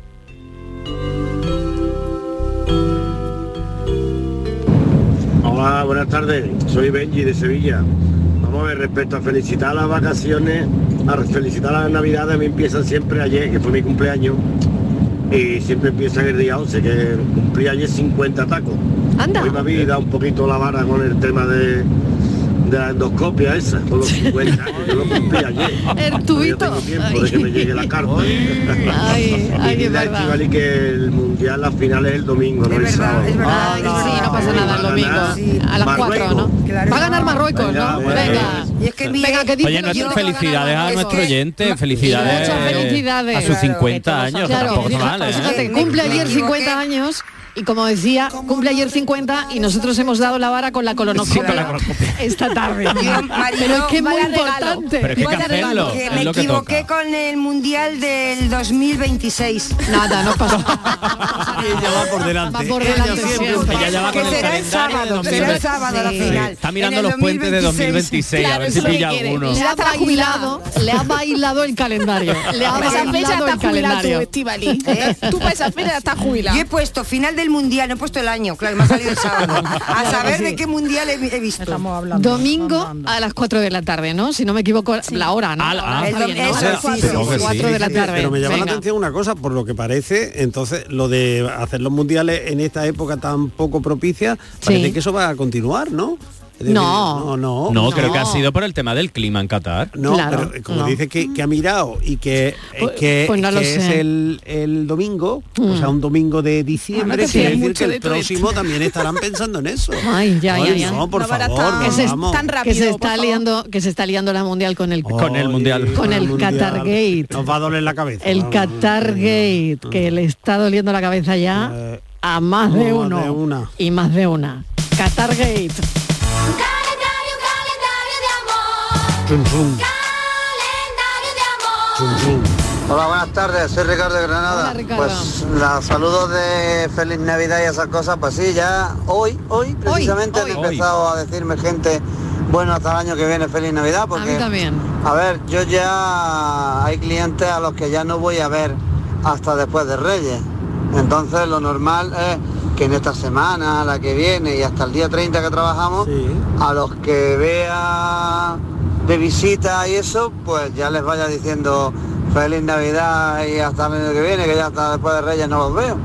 Speaker 10: Hola, buenas tardes. Soy Benji de Sevilla. Vamos a ver, respecto a felicitar las vacaciones, a felicitar las navidades, a mí empiezan siempre ayer, que fue mi cumpleaños, y siempre empiezan el día 11, que cumplí ayer 50 tacos.
Speaker 3: Anda.
Speaker 10: Hoy me había dado un poquito la vara con el tema de, de la endoscopia esa, con los 50 años, yo lo cumplí ayer.
Speaker 3: El
Speaker 10: Todavía
Speaker 3: tubito.
Speaker 10: tengo tiempo de que me llegue la carta.
Speaker 3: Ay, ay,
Speaker 10: y
Speaker 3: es
Speaker 10: dile a
Speaker 3: verdad.
Speaker 10: Estivali que el mundial, la final es el domingo, no
Speaker 7: Es
Speaker 10: el
Speaker 7: verdad,
Speaker 10: sábado.
Speaker 7: es verdad.
Speaker 3: Ay, sí, Ah, no pasa nada el
Speaker 10: Va a ganar
Speaker 7: domingo.
Speaker 3: A las
Speaker 10: Marruecos.
Speaker 3: 4, ¿no?
Speaker 7: Claro.
Speaker 3: Va a ganar Marruecos, ¿no?
Speaker 10: Venga,
Speaker 3: Venga.
Speaker 7: Y es que mira,
Speaker 3: Venga, que
Speaker 4: Oye,
Speaker 3: dicen
Speaker 4: nuestras
Speaker 3: los-
Speaker 4: felicidades a
Speaker 7: Es
Speaker 4: nuestro
Speaker 7: que-
Speaker 4: oyente, felicidades,
Speaker 3: Muchas felicidades.
Speaker 4: a sus
Speaker 7: Claro,
Speaker 4: 50 años, que
Speaker 3: Claro,
Speaker 4: tampoco está
Speaker 3: fíjate,
Speaker 4: mal, ¿eh?
Speaker 3: fíjate,
Speaker 7: Me-
Speaker 3: cumple
Speaker 7: me
Speaker 3: ayer
Speaker 7: equivoqué.
Speaker 3: 50 años Y como decía, cumple ayer 50 y nosotros hemos dado la vara con la
Speaker 4: Sí, con la
Speaker 3: colonoscopia
Speaker 4: colonoscopia.
Speaker 3: esta tarde.
Speaker 7: Yo, Marilo,
Speaker 3: Pero es que es muy
Speaker 7: vaya regalo.
Speaker 4: Pero
Speaker 3: importante.
Speaker 4: es que hay que
Speaker 7: Vaya regalo.
Speaker 4: hacerlo,
Speaker 7: Que
Speaker 4: es
Speaker 7: me
Speaker 4: lo que
Speaker 7: equivoqué con el mundial del 2026.
Speaker 3: Nada, no pasa nada.
Speaker 4: Ella va por delante.
Speaker 7: Va por delante siempre.
Speaker 4: Ella ya va
Speaker 7: Que
Speaker 4: con el
Speaker 7: será el
Speaker 4: calendario
Speaker 7: sábado,
Speaker 4: de
Speaker 7: será el
Speaker 4: 2026.
Speaker 7: sábado la
Speaker 4: Sí.
Speaker 7: final.
Speaker 4: Está mirando
Speaker 7: En el
Speaker 4: los puentes de 2026, a ver si pilla alguno.
Speaker 3: Le ha bailado, le ha bailado el calendario. Le ha
Speaker 8: Para esa fecha
Speaker 3: bailado
Speaker 8: está jubilado tú,
Speaker 3: el calendario. ¿Eh?
Speaker 8: Estivali. Tú para esa fecha estás jubilado.
Speaker 7: Yo he puesto final del mundial, no he puesto el año, claro, me ha salido el sábado. A saber de qué mundial he, he visto.
Speaker 3: Domingo a las 4 de la tarde, ¿no? Si no me equivoco, la hora, ¿no?
Speaker 5: ah.
Speaker 3: Está bien, ¿no?
Speaker 5: O
Speaker 3: A
Speaker 5: sea,
Speaker 3: las 4 4 de la tarde.
Speaker 5: Pero me llama la
Speaker 3: Venga.
Speaker 5: atención una cosa, por lo que parece, entonces lo de hacer los mundiales en esta época tan poco propicia, parece que eso va a continuar, ¿no? Es decir,
Speaker 3: No.
Speaker 5: no, no.
Speaker 4: No, creo que ha sido por el tema del clima en Qatar.
Speaker 5: No, pero como dice que, que ha mirado y que, eh, que,
Speaker 4: pues no lo
Speaker 5: que es
Speaker 4: sé.
Speaker 5: el, el domingo, o
Speaker 4: Mm.
Speaker 5: sea, un domingo de
Speaker 4: Ahora
Speaker 5: diciembre, quiere
Speaker 4: te fías
Speaker 5: decir
Speaker 4: mucho
Speaker 5: que
Speaker 4: de
Speaker 5: el
Speaker 4: tu
Speaker 5: próximo
Speaker 4: ex.
Speaker 5: también estarán pensando en eso.
Speaker 3: Ay, ya, ya,
Speaker 5: Ay,
Speaker 3: ya.
Speaker 5: No, por favor,
Speaker 3: que se,
Speaker 5: vamos. Oh,
Speaker 3: que se está liando, que se está liando la mundial con el
Speaker 4: Con el mundial.
Speaker 3: con el Qatar Gate.
Speaker 5: Nos va a doler la cabeza.
Speaker 3: El Qatar Gate, que le está doliendo la cabeza ya a más de
Speaker 5: no, Eh, oh, más
Speaker 3: uno
Speaker 5: de una.
Speaker 3: y más de una. Qatar Gate.
Speaker 5: Chum, chum.
Speaker 11: Hola, buenas tardes, soy Ricardo de Granada. Pues la saludos de Feliz Navidad y esas cosas, pues sí, ya hoy, hoy precisamente han empezado a decirme gente, bueno, hasta el año que viene Feliz Navidad, porque...
Speaker 3: A mí también.
Speaker 11: A ver, yo ya hay clientes a los que ya no voy a ver hasta después de Reyes. Entonces lo normal es que en esta semana, la que viene y hasta el día 30 que trabajamos, a los que vea de visita y eso, pues ya les vaya diciendo feliz Navidad y hasta el año que viene, que ya hasta después de Reyes no los veo.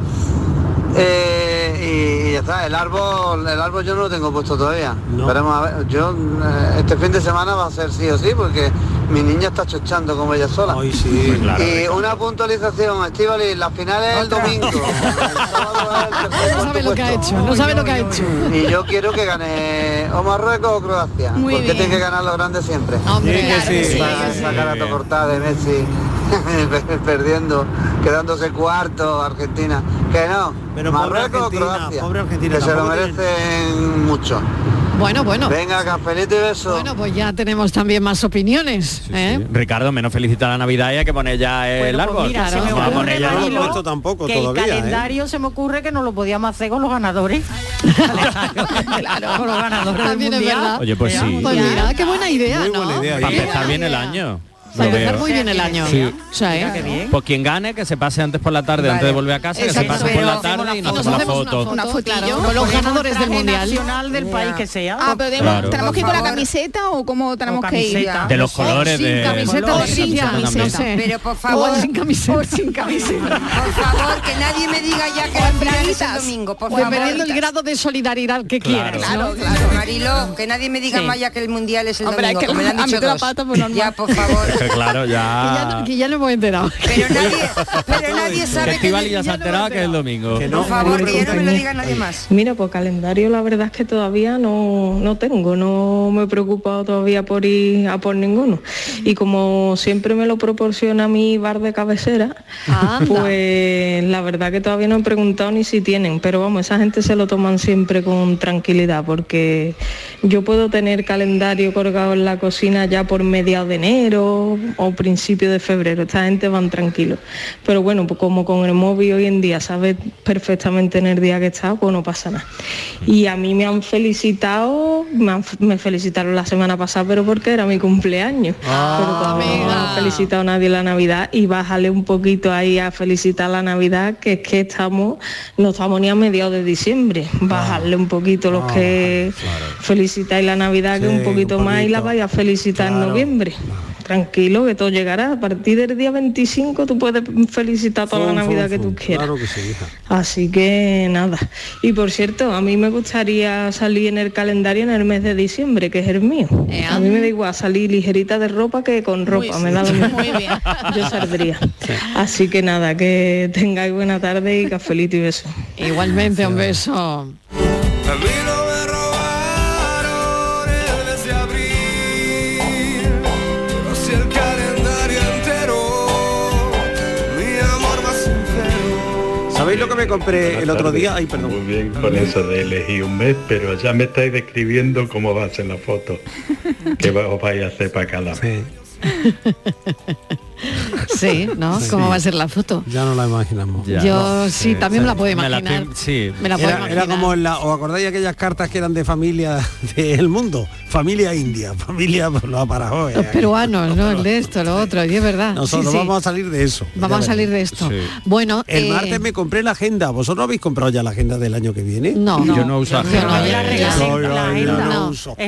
Speaker 11: Eh, y, y ya está, el árbol, el árbol yo no lo tengo puesto todavía. Veremos a ver, yo eh, este fin de semana va a ser sí o sí, porque mi niña está chochando como ella sola.
Speaker 5: Pues claro,
Speaker 11: y una puntualización, Estivali, la final es el domingo.
Speaker 3: No sabe lo que ha hecho, no sabe lo que ha hecho.
Speaker 11: y yo quiero que gane o Marruecos o Croacia.
Speaker 3: Muy
Speaker 11: porque
Speaker 3: bien.
Speaker 11: tiene que ganar los grandes siempre.
Speaker 3: Hombre, Sí que claro que sí. sí,
Speaker 11: Esa-
Speaker 3: que
Speaker 11: esa
Speaker 3: sí.
Speaker 11: cara to- cortada de Messi perdiendo, quedándose cuarto Argentina. Que no,
Speaker 5: Pero pobre
Speaker 11: Marruecos o
Speaker 5: Argentina,
Speaker 11: Croacia.
Speaker 5: pobre Argentina,
Speaker 11: que se lo
Speaker 5: tampoco tiene-
Speaker 11: merecen mucho.
Speaker 3: Bueno, bueno.
Speaker 11: Venga, cafelito y beso.
Speaker 3: Bueno, pues ya tenemos también más opiniones. ¿eh?
Speaker 4: Ricardo, menos felicita la Navidad y hay que poner ya el
Speaker 6: Bueno, pues
Speaker 4: árbol.
Speaker 6: mira, se me
Speaker 4: Vamos a
Speaker 6: ocurre,
Speaker 4: poner ya
Speaker 6: Marilo,
Speaker 5: tampoco
Speaker 6: que el
Speaker 5: ¿eh?
Speaker 6: calendario se me ocurre que no lo podíamos hacer con los ganadores.
Speaker 3: Ah,
Speaker 6: claro, con los ganadores
Speaker 3: También es
Speaker 6: del mundial.
Speaker 3: verdad.
Speaker 4: Oye, pues sí.
Speaker 3: Pues mira, qué buena idea, ¿no?
Speaker 4: Para empezar bien el año.
Speaker 3: Para
Speaker 4: Lo
Speaker 3: empezar
Speaker 4: veo.
Speaker 3: muy bien el año.
Speaker 4: Sí.
Speaker 3: O sea, ¿eh?
Speaker 4: Pues quien gane, que se pase antes por la tarde, antes de volver a casa, que se
Speaker 3: Exacto,
Speaker 4: pase por la
Speaker 3: pero-
Speaker 4: tarde y
Speaker 3: y nos
Speaker 4: nos hacemos la
Speaker 3: hacemos
Speaker 4: foto.
Speaker 8: Una fotillo.
Speaker 3: Claro, con los ganadores del mundial.
Speaker 6: nacional del país que sea.
Speaker 8: Ah, pero tenemos,
Speaker 4: Claro.
Speaker 8: ¿tenemos que ir con la
Speaker 6: Por favor.
Speaker 8: camiseta o cómo tenemos que ir? ya?
Speaker 4: De los colores
Speaker 8: sin
Speaker 4: de...
Speaker 8: camiseta,
Speaker 4: de-
Speaker 8: o sin
Speaker 4: de-
Speaker 8: camiseta.
Speaker 4: de- de-
Speaker 7: Pero por favor,
Speaker 3: sin camiseta.
Speaker 8: sin camiseta.
Speaker 7: por favor, que nadie me diga ya que la final es el domingo, por
Speaker 3: O
Speaker 7: favor.
Speaker 3: Dependiendo del grado de solidaridad que
Speaker 7: Claro.
Speaker 3: quieres.
Speaker 7: Claro,
Speaker 3: ¿no?
Speaker 7: claro, Marilo, que nadie me diga
Speaker 3: Sí.
Speaker 7: más ya que el mundial es el
Speaker 3: Hombre,
Speaker 7: domingo,
Speaker 3: es que
Speaker 7: como le han
Speaker 3: a mí
Speaker 7: dicho
Speaker 3: te la
Speaker 7: dos.
Speaker 3: pata, pues, normal.
Speaker 7: Ya, por favor.
Speaker 4: Claro, ya...
Speaker 3: Que ya no hemos enterado.
Speaker 7: Pero nadie
Speaker 4: Que
Speaker 7: sabe que
Speaker 4: Estivali ya se ha enterado que es el domingo.
Speaker 7: Por favor, que ya no me lo diga nadie más.
Speaker 12: Mira, pues calendario la verdad es que todavía no, no tengo, no me he preocupado todavía por ir a por ninguno. Y como siempre me lo proporciona mi bar de cabecera, pues la verdad que todavía no he preguntado ni si tienen, pero vamos, esa gente se lo toman siempre con tranquilidad porque yo puedo tener calendario colgado en la cocina ya por mediados de enero o principio de febrero, esta gente van tranquilos. Pero bueno, pues como con el móvil hoy en día sabes perfectamente en el día que está, pues no pasa nada. Y a mí me han felicitado, me, han- me felicitaron la semana pasada, pero porque era mi cumpleaños.
Speaker 5: Ah.
Speaker 12: pero como no ha felicitado nadie la Navidad y bájale un poquito ahí a felicitar la Navidad, que es que estamos, no estamos ni a mediados de diciembre.
Speaker 5: Ah.
Speaker 12: Bajarle un poquito los que felicitáis la Navidad, que un poquito más y la vais a felicitar en noviembre. Tranquilo, que todo llegará. A partir del día 25 tú puedes felicitar toda
Speaker 5: Fum,
Speaker 12: la
Speaker 5: fum,
Speaker 12: Navidad que tú
Speaker 5: fum.
Speaker 12: quieras.
Speaker 5: Claro que sí, hija.
Speaker 12: Así que nada. Y por cierto, a mí me gustaría salir en el calendario en el mes de diciembre, que es el mío.
Speaker 3: Eh,
Speaker 12: A
Speaker 3: ah.
Speaker 12: mí me da igual salir ligerita de ropa que con ropa. me da lo mismo. Yo saldría. Así que nada, que tengáis buena tarde y cafelito y beso.
Speaker 3: Igualmente, un beso.
Speaker 2: desde abril, así el calendario entero, mi amor más sincero.
Speaker 5: ¿Sabéis lo que me compré el otro día. Ay, perdón.
Speaker 13: Muy bien con eso de elegir un mes, pero ya me estáis describiendo cómo va a ser la foto. que va- os vais a hacer para cada mes.
Speaker 3: Sí, ¿no?
Speaker 5: Sí.
Speaker 3: ¿Cómo va a ser la foto?
Speaker 5: Ya no la imaginamos.
Speaker 3: Ya. Yo sí, también me la puedo imaginar. Me la puedo
Speaker 5: era, era
Speaker 3: imaginar.
Speaker 5: como en la, ¿os acordáis de aquellas cartas que eran de familia del mundo? Familia india, familia pues, por los aparajoes.
Speaker 3: Los peruanos, ¿no? El de esto, lo otro, y es verdad.
Speaker 5: Nosotros
Speaker 3: Sí, sí.
Speaker 5: vamos a salir de eso.
Speaker 3: Vamos a salir de esto. Bueno,
Speaker 5: El
Speaker 3: eh,
Speaker 5: martes me compré la agenda. ¿Vosotros habéis comprado ya la agenda del año que viene?
Speaker 3: No.
Speaker 4: Yo no uso
Speaker 5: agenda.
Speaker 6: Es un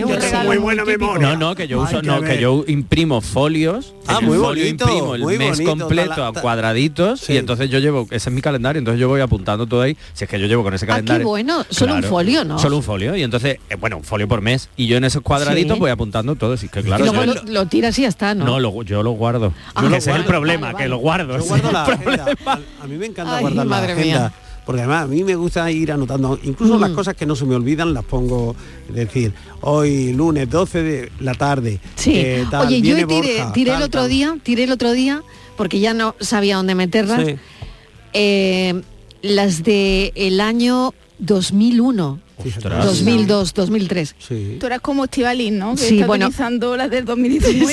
Speaker 6: regalo
Speaker 4: No, no, que yo uso, no, que yo imprimo folios.
Speaker 5: Ah,
Speaker 4: en el
Speaker 5: muy
Speaker 4: folio
Speaker 5: bonito,
Speaker 4: imprimo el
Speaker 5: muy
Speaker 4: mes
Speaker 5: bonito,
Speaker 4: completo
Speaker 5: ta-
Speaker 4: a cuadraditos y entonces yo llevo, ese es mi calendario, entonces yo voy apuntando todo ahí. Si es que yo llevo con ese calendario.
Speaker 3: Ah, bueno, solo un folio, ¿no?
Speaker 4: Solo un folio. Y entonces, eh, bueno, un folio por mes. Y yo en esos cuadraditos
Speaker 3: Sí.
Speaker 4: voy apuntando todo. Así que claro,
Speaker 3: luego
Speaker 4: yo-
Speaker 3: lo, lo tiras y ya está, ¿no?
Speaker 4: no, lo- yo lo guardo.
Speaker 3: Ah,
Speaker 4: Yo
Speaker 3: lo
Speaker 4: ese es el
Speaker 3: guardo.
Speaker 4: problema, que lo guardo.
Speaker 5: Yo
Speaker 4: ese
Speaker 5: guardo
Speaker 4: es el
Speaker 5: la
Speaker 4: problema.
Speaker 5: agenda. A, a mí me encanta
Speaker 4: Ay,
Speaker 5: guardar la
Speaker 4: madre
Speaker 5: agenda.
Speaker 4: mía.
Speaker 5: Porque además a mí me gusta ir anotando, incluso
Speaker 3: Mm.
Speaker 5: las cosas que no se me olvidan las pongo, es decir, hoy lunes 12 de la tarde.
Speaker 3: Sí.
Speaker 5: eh, tal,
Speaker 3: Oye, yo
Speaker 5: viene
Speaker 3: tiré,
Speaker 5: Borja,
Speaker 3: tiré
Speaker 5: tal,
Speaker 3: el otro
Speaker 5: tal.
Speaker 3: día, tiré el otro día, porque ya no sabía dónde meterlas.
Speaker 5: Sí.
Speaker 3: eh, las de el año 2001,
Speaker 5: Ostras.
Speaker 3: 2002, 2003.
Speaker 5: Sí.
Speaker 8: Tú eras como Estivalín, ¿no? Que
Speaker 3: Sí,
Speaker 8: está
Speaker 3: bueno.
Speaker 8: utilizando las del 2019.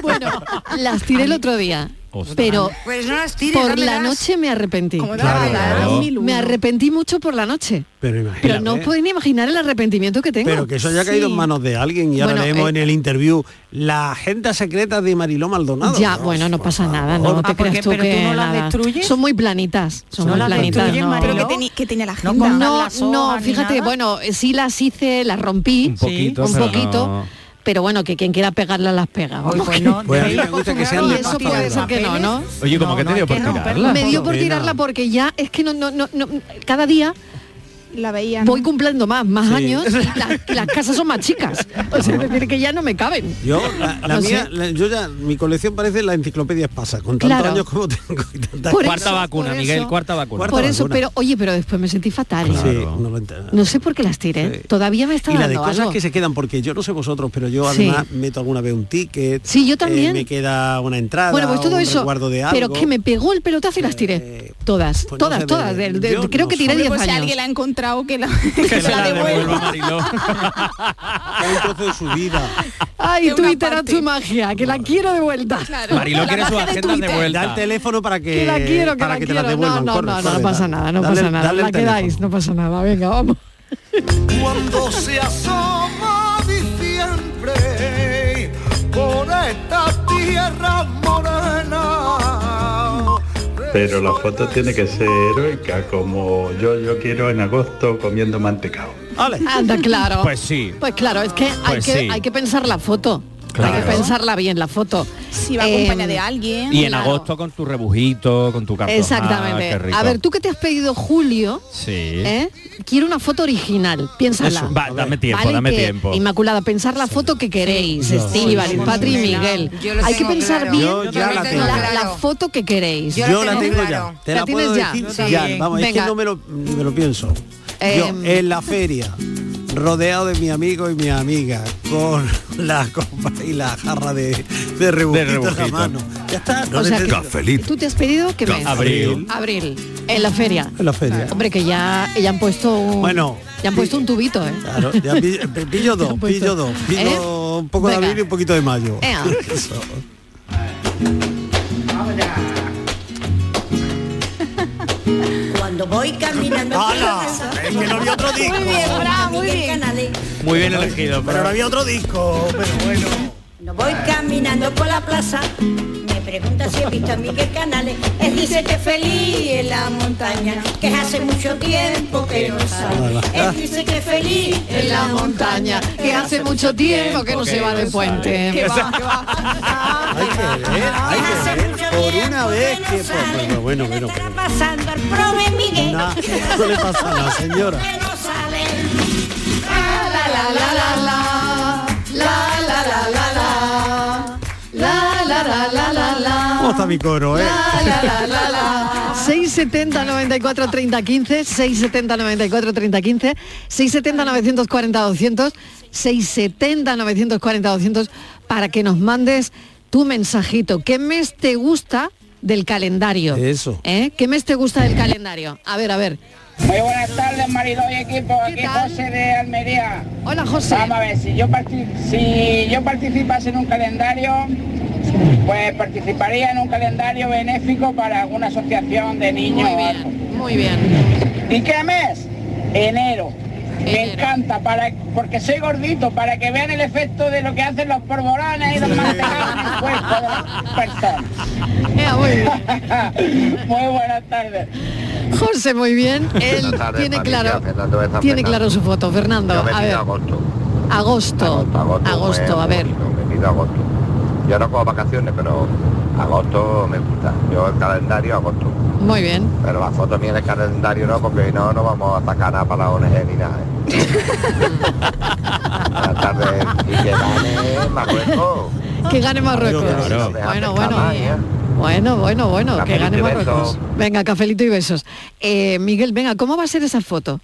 Speaker 3: bueno, las tiré el otro día.
Speaker 8: Ostras.
Speaker 3: Pero
Speaker 7: Pues no las tires,
Speaker 3: por la
Speaker 7: dámelas.
Speaker 3: noche me arrepentí.
Speaker 7: Claro, dámelas? claro. 2001.
Speaker 3: Me arrepentí mucho por la noche.
Speaker 5: Pero
Speaker 3: Pero
Speaker 5: imagínate.
Speaker 3: no os podéis ni imaginar el arrepentimiento que tengo.
Speaker 5: Pero que eso haya caído en manos de alguien y ahora
Speaker 3: Bueno,
Speaker 5: leemos
Speaker 3: eh,
Speaker 5: en el interview la agenda secreta de Mariló Maldonado.
Speaker 3: Ya, bueno, no pasa nada, no te
Speaker 5: porque-
Speaker 3: creas tú
Speaker 5: pero tú
Speaker 3: que
Speaker 5: no las
Speaker 3: nada.
Speaker 5: destruyes.
Speaker 3: Son muy planitas, son
Speaker 5: No
Speaker 3: muy
Speaker 5: las
Speaker 3: planitas.
Speaker 5: destruyes,
Speaker 3: no.
Speaker 8: Pero que, teni- que tenía la agenda.
Speaker 3: no, no, fíjate, bueno, eh, sí las hice, las rompí, un
Speaker 8: poquito,
Speaker 3: un
Speaker 8: pero
Speaker 3: poquito.
Speaker 8: no.
Speaker 3: Pero bueno, que quien quiera pegarlas las pega. vamos, que-
Speaker 5: Pues a mí me gusta que sean
Speaker 3: Y
Speaker 5: de
Speaker 3: eso
Speaker 5: pasta
Speaker 3: puede
Speaker 5: dura.
Speaker 3: ser que no, ¿no?
Speaker 4: Oye, como que te dio por tirarla.
Speaker 3: Me dio por tirarla porque ya es que no, no, no, no, cada día
Speaker 8: la veía.
Speaker 3: Voy cumpliendo más, más
Speaker 5: Sí.
Speaker 3: años y las, y las casas son más chicas. O sea, es decir, que ya no me caben.
Speaker 5: Yo, la, la
Speaker 3: No
Speaker 5: mía,
Speaker 3: sé.
Speaker 5: la- yo ya, mi colección parece la enciclopedia Espasa, con tantos
Speaker 3: Claro.
Speaker 5: años como tengo. y tantas-
Speaker 3: Por eso, por eso. Por eso, pero oye, pero después me sentí fatal. ¿eh?
Speaker 5: Sí, no lo entiendo.
Speaker 3: No sé por qué las tiré. Todavía me está
Speaker 5: y la de
Speaker 3: dando
Speaker 5: cosas
Speaker 3: algo.
Speaker 5: que se quedan, porque yo no sé vosotros, pero yo
Speaker 3: Sí.
Speaker 5: además meto alguna vez un ticket. eh,
Speaker 3: Sí, yo también.
Speaker 5: me queda una entrada.
Speaker 3: Bueno, pues todo
Speaker 5: un
Speaker 3: eso.
Speaker 5: resguardo de algo. Eh, pues
Speaker 3: Pero que me pegó el pelotazo y las tiré. Todas, todas,
Speaker 5: sé,
Speaker 3: todas.
Speaker 5: de-
Speaker 3: del- del-
Speaker 5: yo
Speaker 3: creo
Speaker 5: no
Speaker 3: que tiré
Speaker 8: Hombre,
Speaker 3: 10
Speaker 8: pues si
Speaker 3: años.
Speaker 8: alguien la ha encontrado que la,
Speaker 5: Que se la devuelva
Speaker 4: Mariló.
Speaker 5: un trozo de su vida.
Speaker 3: Ay, Twitter a tu magia, que la quiero de vuelta.
Speaker 4: Mariló quiere su agenda de
Speaker 5: Da el
Speaker 4: vuelta.
Speaker 5: teléfono para que,
Speaker 3: Que la quiero, que
Speaker 5: para
Speaker 3: la
Speaker 5: que te
Speaker 3: quiero.
Speaker 5: la devuelvan.
Speaker 3: no, no,
Speaker 5: corre,
Speaker 3: no, no,
Speaker 5: corre,
Speaker 3: pasa
Speaker 5: dale,
Speaker 3: nada, no
Speaker 5: dale,
Speaker 3: pasa nada.
Speaker 5: dale el
Speaker 3: La
Speaker 5: teléfono.
Speaker 3: quedáis, no pasa nada. Venga, vamos.
Speaker 1: cuando se asoma diciembre por esta tierra morena.
Speaker 13: Pero la foto tiene que ser heroica, como yo, yo quiero en agosto comiendo mantecado.
Speaker 3: Anda, claro.
Speaker 13: Pues sí.
Speaker 3: Pues claro, es que, hay,
Speaker 13: Pues
Speaker 3: que
Speaker 13: sí.
Speaker 3: hay que pensar la foto. Hay
Speaker 4: Claro.
Speaker 3: que pensarla bien la foto. Em,
Speaker 8: Si va acompañada de alguien.
Speaker 4: Y en agosto con tu rebujito, con tu cartón.
Speaker 3: Exactamente. A ver, tú que te has pedido Julio,
Speaker 4: Sí.
Speaker 3: ¿eh? quiero una foto original, piénsala.
Speaker 4: Eso, va, dame tiempo,
Speaker 3: ¿Vale?
Speaker 4: dame
Speaker 3: Que-
Speaker 4: tiempo.
Speaker 3: Inmaculada, pensar la foto que queréis, Estíbal,
Speaker 4: sí, sí,
Speaker 3: Patri y
Speaker 4: sí.
Speaker 3: Miguel.
Speaker 7: Yo lo
Speaker 3: Hay que
Speaker 7: tengo
Speaker 3: pensar
Speaker 7: claro.
Speaker 3: bien
Speaker 7: Yo ya la
Speaker 3: la,
Speaker 7: tengo.
Speaker 3: la- la foto que queréis.
Speaker 5: Yo, la tengo ya. Te la,
Speaker 3: ¿La
Speaker 5: puedo
Speaker 3: tienes ya?
Speaker 5: decir ya. Vamos, es que
Speaker 3: Venga.
Speaker 5: no me lo, ni me lo pienso. Yo,
Speaker 3: Em.
Speaker 5: en la feria, rodeado de mi amigo y mi amiga, con la copa y la jarra de, de rebujito en la
Speaker 14: rebujito.
Speaker 5: mano. Ya está.
Speaker 3: O sea que-
Speaker 14: Cafelito.
Speaker 3: ¿Tú te has pedido qué mes?
Speaker 5: Abril.
Speaker 3: Abril. En la feria.
Speaker 5: En la feria.
Speaker 3: Hombre, que ya, ya han puesto un,
Speaker 5: Bueno.
Speaker 3: ya han puesto un tubito, ¿eh?
Speaker 5: Claro, ya pillo, pe- pillo dos, pillo dos. Pillo
Speaker 3: ¿Eh?
Speaker 5: un poco de
Speaker 3: Venga.
Speaker 5: abril y un poquito de mayo.
Speaker 3: Ea.
Speaker 5: Eso.
Speaker 15: Cuando voy caminando por la
Speaker 5: ¡Hala!
Speaker 15: casa-
Speaker 5: Es que no había otro disco.
Speaker 15: Muy bien, bravo, muy
Speaker 5: Miguel
Speaker 15: bien.
Speaker 4: Muy bien elegido.
Speaker 5: Pero no había otro disco, pero bueno.
Speaker 15: Cuando voy caminando por la plaza, me pregunta si he visto a Miguel Canales. Él dice que es feliz en la montaña, que es hace mucho tiempo que no
Speaker 5: Ah,
Speaker 15: sale. Él dice que es feliz en la montaña,
Speaker 3: Que hace mucho tiempo que no se va de puente.
Speaker 15: Que va,
Speaker 5: Hay que ver, por una vez que... Bueno, bueno, bueno. pero-
Speaker 15: pasando al prove Miguel.
Speaker 5: Nah, eso le pasa a la señora.
Speaker 15: La, la, la, la, la.
Speaker 3: La, la, la, la, la, la.
Speaker 5: ¿Cómo está mi coro, eh?
Speaker 3: Ah. 670 94 30 15 670 94 30 15 670 940 200 670 940 200 para que nos mandes tu mensajito qué mes te gusta del calendario.
Speaker 5: Eso.
Speaker 3: ¿Eh? ¿Qué mes te gusta del calendario? A ver, a ver.
Speaker 16: Muy buenas tardes, Mariló y equipo. Aquí José de Almería.
Speaker 3: Hola, José.
Speaker 16: Vamos a ver, si yo, parti- si yo participase en un calendario, pues participaría en un calendario benéfico para alguna asociación de niños. Muy bien,
Speaker 3: muy bien.
Speaker 16: ¿Y qué mes? Enero. Me encanta, para, porque soy gordito, para que vean el efecto de lo que hacen los pormorones y los mantecados en el cuerpo de las personas. muy buenas tardes.
Speaker 3: José, muy bien. Él
Speaker 17: Buenas tardes,
Speaker 3: tiene
Speaker 17: familia.
Speaker 3: claro,
Speaker 17: Fernando de San
Speaker 3: tiene
Speaker 17: Fernando.
Speaker 3: claro su foto, Fernando.
Speaker 17: Yo me
Speaker 3: A
Speaker 17: pido
Speaker 3: ver.
Speaker 17: agosto.
Speaker 3: Agosto.
Speaker 17: Agosto,
Speaker 3: Agosto,
Speaker 17: pues,
Speaker 3: a ver.
Speaker 17: Me pido agosto. Yo no cojo vacaciones, pero agosto me gusta. Yo el calendario agosto.
Speaker 3: Muy bien.
Speaker 17: Pero la foto mía en el calendario no, porque no nos vamos a sacar nada para la ONG ni nada. ¿eh? Buenas tardes. Y que gane Marruecos.
Speaker 3: Que gane Marruecos.
Speaker 17: Claro.
Speaker 3: Bueno, bueno. Bueno, bueno, bueno, que
Speaker 17: ¿eh? Cafelito
Speaker 3: gane
Speaker 17: y
Speaker 3: Marruecos.
Speaker 17: besos.
Speaker 3: Venga, cafelito y besos. Eh, Miguel, venga, ¿cómo va a ser esa foto?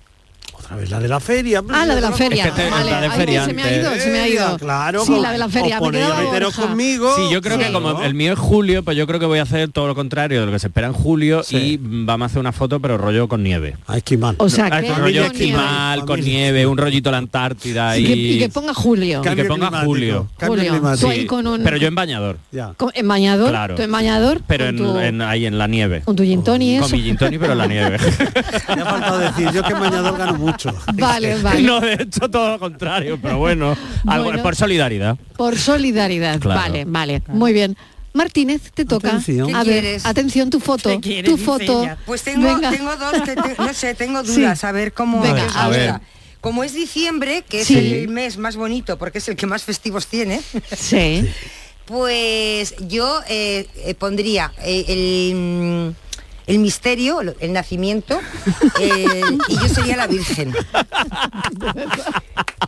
Speaker 5: Otra vez la de la feria. hombre,
Speaker 3: Ah, la de la feria.
Speaker 5: Es que te-
Speaker 3: Vale,
Speaker 5: la de
Speaker 3: ay,
Speaker 5: feria
Speaker 3: se me ha
Speaker 5: antes.
Speaker 3: ido, se me ha
Speaker 5: Feria,
Speaker 3: ido.
Speaker 5: claro,
Speaker 3: Sí,
Speaker 5: os-
Speaker 3: la de la
Speaker 5: os
Speaker 3: feria. Me
Speaker 5: ponéis
Speaker 3: quedaba
Speaker 5: a meteros
Speaker 3: Borja.
Speaker 5: conmigo.
Speaker 4: Sí, yo creo que como el mío es julio, pues yo creo que voy a hacer todo lo contrario de lo que se espera en julio y mm, vamos a hacer una foto pero rollo con nieve.
Speaker 5: A esquimal.
Speaker 3: O sea,
Speaker 4: Ah,
Speaker 3: que-
Speaker 4: con
Speaker 3: Familia
Speaker 4: rollo
Speaker 3: con nieve.
Speaker 4: esquimal, con nieve, un rollito a la Antártida
Speaker 3: Y
Speaker 4: y,
Speaker 3: que, y que ponga Julio.
Speaker 4: y que ponga julio.
Speaker 3: Cambio Julio, climático. tú ahí con un-
Speaker 4: Pero yo en bañador.
Speaker 3: Con- en bañador,
Speaker 4: Claro.
Speaker 3: tú en bañador,
Speaker 4: Pero
Speaker 3: con
Speaker 4: en,
Speaker 3: tu,
Speaker 4: en- ahí en la nieve.
Speaker 3: con tu gin tonic y
Speaker 4: Con
Speaker 3: eso.
Speaker 4: mi gin tonic, pero en la nieve.
Speaker 5: Me ha faltado decir, yo que en bañador gano mucho.
Speaker 3: Vale, vale.
Speaker 4: No, de hecho todo lo contrario, pero bueno, algo-
Speaker 3: Bueno.
Speaker 4: por solidaridad.
Speaker 3: Por solidaridad.
Speaker 4: Claro.
Speaker 3: Vale, vale. Muy bien. Martínez, te toca.
Speaker 4: Atención.
Speaker 3: A
Speaker 7: ¿Qué
Speaker 3: ver,
Speaker 7: quieres?
Speaker 3: atención, tu foto. tu foto.
Speaker 7: Pues tengo,
Speaker 3: Venga.
Speaker 7: tengo dos, que te- no sé, tengo
Speaker 3: Sí.
Speaker 7: dudas, a ver cómo...
Speaker 3: Venga,
Speaker 7: qué os
Speaker 3: a
Speaker 7: gusta.
Speaker 3: ver.
Speaker 7: Como es diciembre, que
Speaker 3: Sí.
Speaker 7: es el mes más bonito porque es el que más festivos tiene,
Speaker 3: Sí.
Speaker 7: pues yo eh, eh, pondría eh, el, mm, el misterio, lo- el nacimiento, eh, y yo sería la Virgen.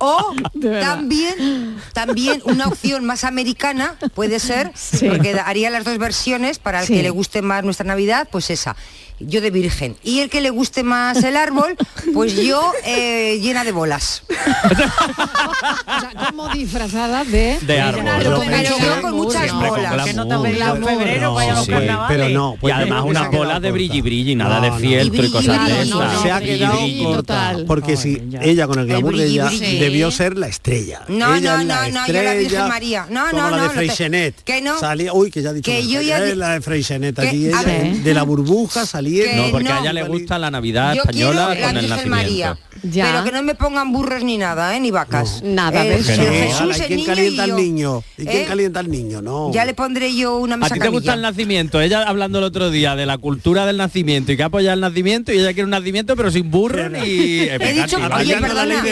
Speaker 7: O
Speaker 3: verdad.
Speaker 7: también, también una opción más americana puede ser, porque haría las dos versiones para el
Speaker 3: Sí.
Speaker 7: que le guste más nuestra Navidad, pues esa, yo de virgen. Y el que le guste más el árbol, pues yo eh, llena de bolas.
Speaker 3: O sea, como disfrazada de...
Speaker 4: De árbol.
Speaker 3: Pero con
Speaker 7: Pero
Speaker 3: mucho
Speaker 7: yo con
Speaker 3: glamour,
Speaker 7: muchas
Speaker 3: ¿no?
Speaker 7: bolas.
Speaker 3: Que no te venga el febrero,
Speaker 4: No,
Speaker 3: vaya a los
Speaker 4: sí,
Speaker 3: carnavales.
Speaker 4: pero no, y además
Speaker 5: no, pues
Speaker 4: unas
Speaker 5: se ha
Speaker 4: bolas de brilli brilli, nada
Speaker 5: No,
Speaker 4: de
Speaker 5: no.
Speaker 4: fieltro y cosas de
Speaker 5: Claro, no,
Speaker 4: esas.
Speaker 5: no, se ha quedado corta, porque si ella con el glamour de
Speaker 7: brilli,
Speaker 5: ella
Speaker 7: brilli.
Speaker 5: debió ser la estrella.
Speaker 7: No,
Speaker 5: Ella
Speaker 7: no,
Speaker 5: es
Speaker 7: no,
Speaker 5: la
Speaker 7: no, yo la Virgen
Speaker 5: estrella,
Speaker 7: María. No,
Speaker 5: como
Speaker 7: no,
Speaker 5: la
Speaker 7: no.
Speaker 5: de
Speaker 7: no te-
Speaker 5: Freixenet.
Speaker 7: Que no.
Speaker 5: Salía, uy, que ya he dicho.
Speaker 7: Que
Speaker 5: una
Speaker 7: yo ya
Speaker 5: Ella
Speaker 7: di-
Speaker 5: es la de Freixenet
Speaker 7: que-
Speaker 5: allí,
Speaker 7: a
Speaker 5: ella,
Speaker 7: ver.
Speaker 5: de la burbuja saliendo.
Speaker 4: No, porque a
Speaker 7: no.
Speaker 4: ella le gusta la Navidad
Speaker 7: Yo quiero
Speaker 4: española
Speaker 7: la
Speaker 4: con el
Speaker 7: Virgen
Speaker 4: nacimiento.
Speaker 7: María.
Speaker 3: Ya.
Speaker 7: Pero que no me pongan burros ni nada, ¿eh? ni vacas.
Speaker 3: Nada,
Speaker 7: Eh,
Speaker 3: ¿ves?
Speaker 7: sino
Speaker 4: Que no.
Speaker 7: Jesús,
Speaker 5: ¿Y
Speaker 7: el
Speaker 5: quién
Speaker 7: niño
Speaker 5: calienta
Speaker 7: y yo.
Speaker 5: al niño? ¿Y quién
Speaker 7: ¿Eh?
Speaker 5: calienta al niño? No.
Speaker 7: Ya le pondré yo una
Speaker 4: ¿A
Speaker 7: mesa
Speaker 4: ti te gusta
Speaker 7: camilla.
Speaker 4: el nacimiento? Ella hablando el otro día de la cultura del nacimiento y que apoya el nacimiento y ella quiere un nacimiento pero sin burro ni... Eh,
Speaker 7: He
Speaker 4: venga,
Speaker 7: dicho,
Speaker 4: tío,
Speaker 7: oye,
Speaker 4: venga,
Speaker 7: perdona,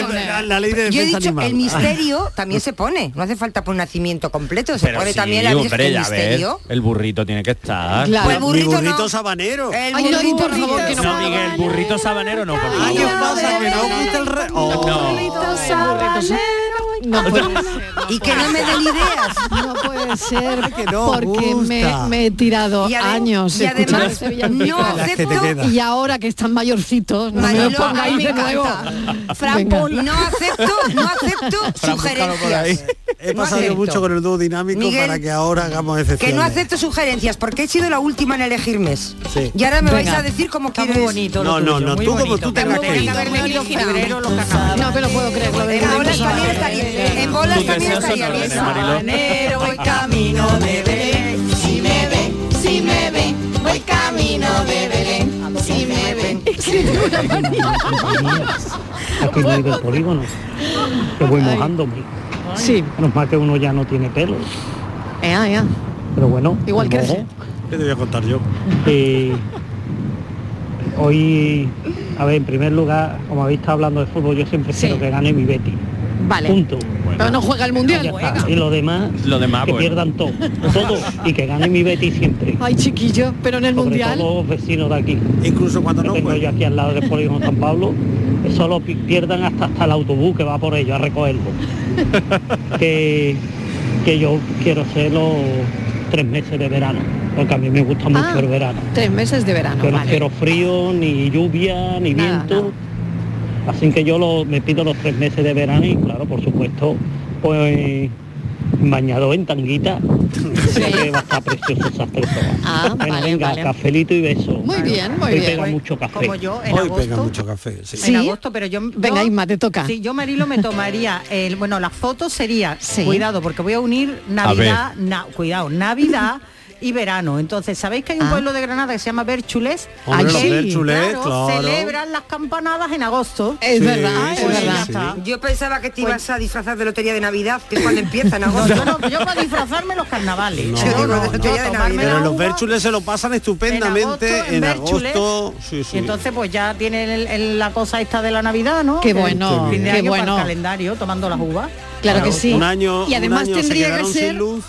Speaker 7: yo he dicho el misterio también se pone, no hace falta por un nacimiento completo, se
Speaker 4: Pero
Speaker 7: pone
Speaker 4: sí,
Speaker 7: también la Virgen
Speaker 4: hombre,
Speaker 7: el
Speaker 4: ya ves,
Speaker 7: misterio.
Speaker 4: el burrito tiene que estar.
Speaker 7: Claro. Pues el
Speaker 5: Mi
Speaker 7: burrito
Speaker 5: burrito
Speaker 7: no.
Speaker 5: sabanero.
Speaker 7: El
Speaker 3: Ay, no, di, por
Speaker 7: burrito
Speaker 3: favor, que no
Speaker 4: No, Miguel, burrito sabanero no, por
Speaker 5: ¿Qué
Speaker 4: favor.
Speaker 5: pasa? ¿Que no os gusta el re- Oh.
Speaker 3: No puede ser.
Speaker 7: y que no me den ideas.
Speaker 3: No puede ser
Speaker 5: no
Speaker 3: porque me,
Speaker 5: gusta.
Speaker 3: me he tirado
Speaker 7: Y adem-
Speaker 3: años
Speaker 7: y además,
Speaker 3: escuchando Sevilla en
Speaker 7: no
Speaker 3: Pica.
Speaker 7: Las que te acepto- quedan.
Speaker 3: y ahora que están mayorcitos no me lo
Speaker 7: Mariló, a
Speaker 3: pongáis
Speaker 7: mí
Speaker 3: de
Speaker 7: me
Speaker 3: nuevo
Speaker 7: encanta.
Speaker 3: Venga.
Speaker 7: No acepto, no acepto sugerencias.
Speaker 5: He
Speaker 7: No
Speaker 5: pasado yo
Speaker 7: acepto.
Speaker 5: mucho con el dúo dinámico
Speaker 7: Miguel,
Speaker 5: para que ahora hagamos excepciones.
Speaker 7: Que no acepto sugerencias porque he sido la última en elegir mes. Y ahora me vais
Speaker 3: Venga.
Speaker 7: a decir cómo quieres. Muy bonito.
Speaker 5: No, no, no, tú como tú tengas que ir.
Speaker 3: no me lo puedo creer lo de
Speaker 7: Ahora también estaría en bolas
Speaker 5: Tus
Speaker 7: también
Speaker 5: deseos son
Speaker 7: estaría bien.
Speaker 5: órdenes, Mariló.
Speaker 16: Sabanero, voy camino de Belén. Si me ven, si me ven, voy camino de Belén. Si me ven, si me ven.
Speaker 18: Aquí no hay del polígono. Yo voy mojándome.
Speaker 3: Sí.
Speaker 18: Menos mal que uno ya no tiene pelo.
Speaker 3: Ea, ea.
Speaker 18: Pero bueno.
Speaker 3: Eh, ah, Igual
Speaker 18: me
Speaker 3: crece.
Speaker 18: mojé.
Speaker 5: ¿Qué te voy a contar yo?
Speaker 18: Eh, hoy, a ver, en primer lugar, como habéis estado hablando de fútbol, yo siempre quiero que gane mi Betty.
Speaker 3: vale
Speaker 18: Punto.
Speaker 3: pero no juega el mundial
Speaker 18: Y lo demás,
Speaker 4: Lo eh. demás,
Speaker 18: que
Speaker 4: Ah, bueno.
Speaker 18: pierdan todo. Todo. Y que gane mi Betty siempre.
Speaker 3: ay chiquillo pero en el
Speaker 18: Sobre
Speaker 3: mundial
Speaker 18: todo los vecinos de aquí.
Speaker 5: Incluso cuando
Speaker 18: no tengo yo aquí al lado del polígono San Pablo, eso lo pi- pierdan hasta, hasta el autobús que va por ellos a recogerlo. que, que yo quiero ser los tres meses de verano, porque a mí me gusta mucho el verano.
Speaker 3: tres meses de verano
Speaker 18: Yo no
Speaker 3: Ah. vale.
Speaker 18: quiero frío, ni lluvia, ni
Speaker 3: Nada,
Speaker 18: viento. Así que yo lo- me pido los tres meses de verano y claro, por supuesto, pues bañado en tanguita, siempre va a estar precioso esas personas.
Speaker 3: Ah,
Speaker 18: Bueno,
Speaker 3: vale,
Speaker 18: venga,
Speaker 3: vale.
Speaker 18: cafelito y beso.
Speaker 3: Muy bien, muy
Speaker 18: Hoy
Speaker 3: bien.
Speaker 18: pega mucho café.
Speaker 6: Como yo, en Hoy agosto. pega mucho
Speaker 5: café,
Speaker 6: en agosto, pero yo...
Speaker 3: Venga,
Speaker 6: yo-
Speaker 3: Isma, te toca.
Speaker 6: Sí, yo Marilo me tomaría el, bueno, la foto sería,
Speaker 3: Sí.
Speaker 6: cuidado, porque voy a unir Navidad, na- cuidado, Navidad y verano. Entonces, ¿sabéis que hay un
Speaker 3: Ah.
Speaker 6: pueblo de Granada que se llama Berchulés?
Speaker 5: Hombre, los
Speaker 6: Allí,
Speaker 5: Berchulés, claro.
Speaker 6: celebran las campanadas en agosto.
Speaker 5: Es Sí, verdad, es
Speaker 6: Pues
Speaker 5: verdad.
Speaker 6: ya
Speaker 5: sí.
Speaker 6: está.
Speaker 7: Yo pensaba que te ibas a disfrazar de lotería de Navidad, que es cuando empiezan a
Speaker 6: Yo, no, yo para disfrazarme los carnavales.
Speaker 5: No,
Speaker 6: Yo digo,
Speaker 5: no,
Speaker 6: yo
Speaker 5: no.
Speaker 6: tomarme la
Speaker 5: Pero los
Speaker 6: uva
Speaker 5: Berchules se lo pasan estupendamente en agosto.
Speaker 6: Berchulés.
Speaker 5: Sí, sí.
Speaker 6: Y entonces pues ya tienen el- el- la cosa esta de la Navidad, ¿no?
Speaker 3: Qué
Speaker 6: El
Speaker 3: bueno,
Speaker 6: fin de
Speaker 3: qué
Speaker 6: año para
Speaker 3: bueno.
Speaker 6: el calendario, tomando las uvas.
Speaker 3: Claro que sí.
Speaker 5: Un año,
Speaker 3: Y
Speaker 5: un
Speaker 3: además
Speaker 5: año
Speaker 3: tendría
Speaker 5: se
Speaker 3: que
Speaker 5: quedaron
Speaker 3: ser-
Speaker 5: sin luz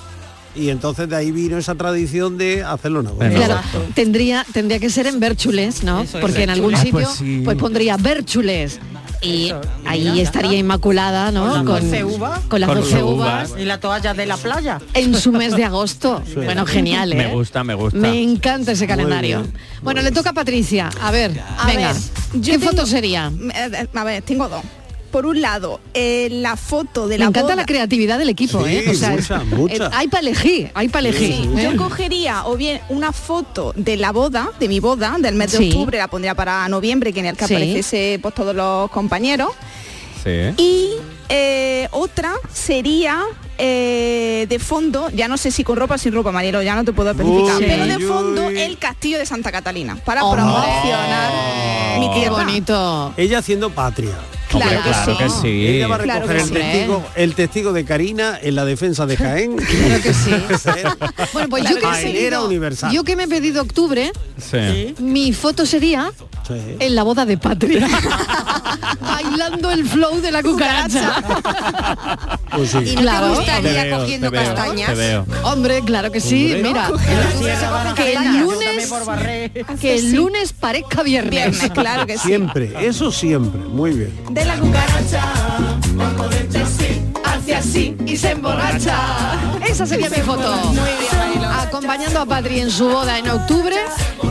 Speaker 5: y entonces de ahí vino esa tradición de hacerlo en agosto.
Speaker 3: Claro, tendría, tendría que ser en Berchules, ¿no?
Speaker 5: Eso es,
Speaker 3: Porque en algún
Speaker 5: Berchules.
Speaker 3: sitio
Speaker 5: Ah,
Speaker 3: pues,
Speaker 5: pues sí.
Speaker 3: pondría Berchules. Y ahí estaría inmaculada, ¿no?
Speaker 6: Con las 12 uvas.
Speaker 3: con las
Speaker 4: Con
Speaker 3: 12
Speaker 4: las
Speaker 3: uvas.
Speaker 6: Y la toalla de la playa.
Speaker 3: En su mes de agosto. Bueno, genial, ¿eh?
Speaker 4: Me gusta, me gusta.
Speaker 3: Me encanta ese calendario.
Speaker 4: bien,
Speaker 3: Bueno, le toca a Patricia. A ver,
Speaker 8: A
Speaker 3: venga.
Speaker 8: ver,
Speaker 3: ¿Qué foto sería?
Speaker 8: Eh, A ver, tengo dos. Por un lado, eh, la foto de
Speaker 3: Me
Speaker 8: la
Speaker 3: encanta la
Speaker 8: boda.
Speaker 3: creatividad del equipo,
Speaker 8: Sí,
Speaker 3: ¿eh?
Speaker 8: mucha,
Speaker 3: eh,
Speaker 8: mucha.
Speaker 3: hay para elegir, hay para elegir.
Speaker 8: Sí,
Speaker 3: ¿eh?
Speaker 8: yo cogería o bien una foto de la boda, de mi boda, del mes de
Speaker 3: Sí.
Speaker 8: octubre, la pondría para noviembre, que en el que
Speaker 3: Sí.
Speaker 8: apareciese pues, todos los compañeros. Y eh, otra sería eh, de fondo, ya no sé si con ropa o sin ropa, Marielo, ya no te puedo especificar,
Speaker 3: Uy,
Speaker 8: pero de
Speaker 3: uy.
Speaker 8: fondo el castillo de Santa Catalina, para
Speaker 3: Hombre.
Speaker 8: promocionar mi
Speaker 3: Qué
Speaker 8: tierra.
Speaker 3: bonito.
Speaker 5: Ella haciendo patria.
Speaker 8: Claro Hombre, que claro sí. que sí.
Speaker 5: Ella va a
Speaker 8: Claro
Speaker 5: recoger
Speaker 8: que
Speaker 5: el,
Speaker 8: sí.
Speaker 5: testigo, el testigo de Karina en la defensa de Jaén.
Speaker 3: Claro que sí. Bueno, pues yo que, he
Speaker 5: Jaenera
Speaker 3: seguido-
Speaker 5: universal.
Speaker 3: yo que me he pedido octubre, mi foto sería
Speaker 5: Sí.
Speaker 3: en la boda de Patria. Bailando el flow de la cucaracha.
Speaker 5: Pues sí.
Speaker 7: ¿Y no te gustaría cogiendo castañas?
Speaker 3: Hombre, claro que sí,
Speaker 7: Hombre.
Speaker 3: mira.
Speaker 7: No,
Speaker 3: Que el lunes, que el lunes parezca viernes.
Speaker 5: Siempre, eso siempre. Muy bien.
Speaker 8: De la cucaracha, cuando de hecho así, hace así y se
Speaker 3: emborracha. Esa sería mi foto. Acompañando a Patri en su boda en octubre,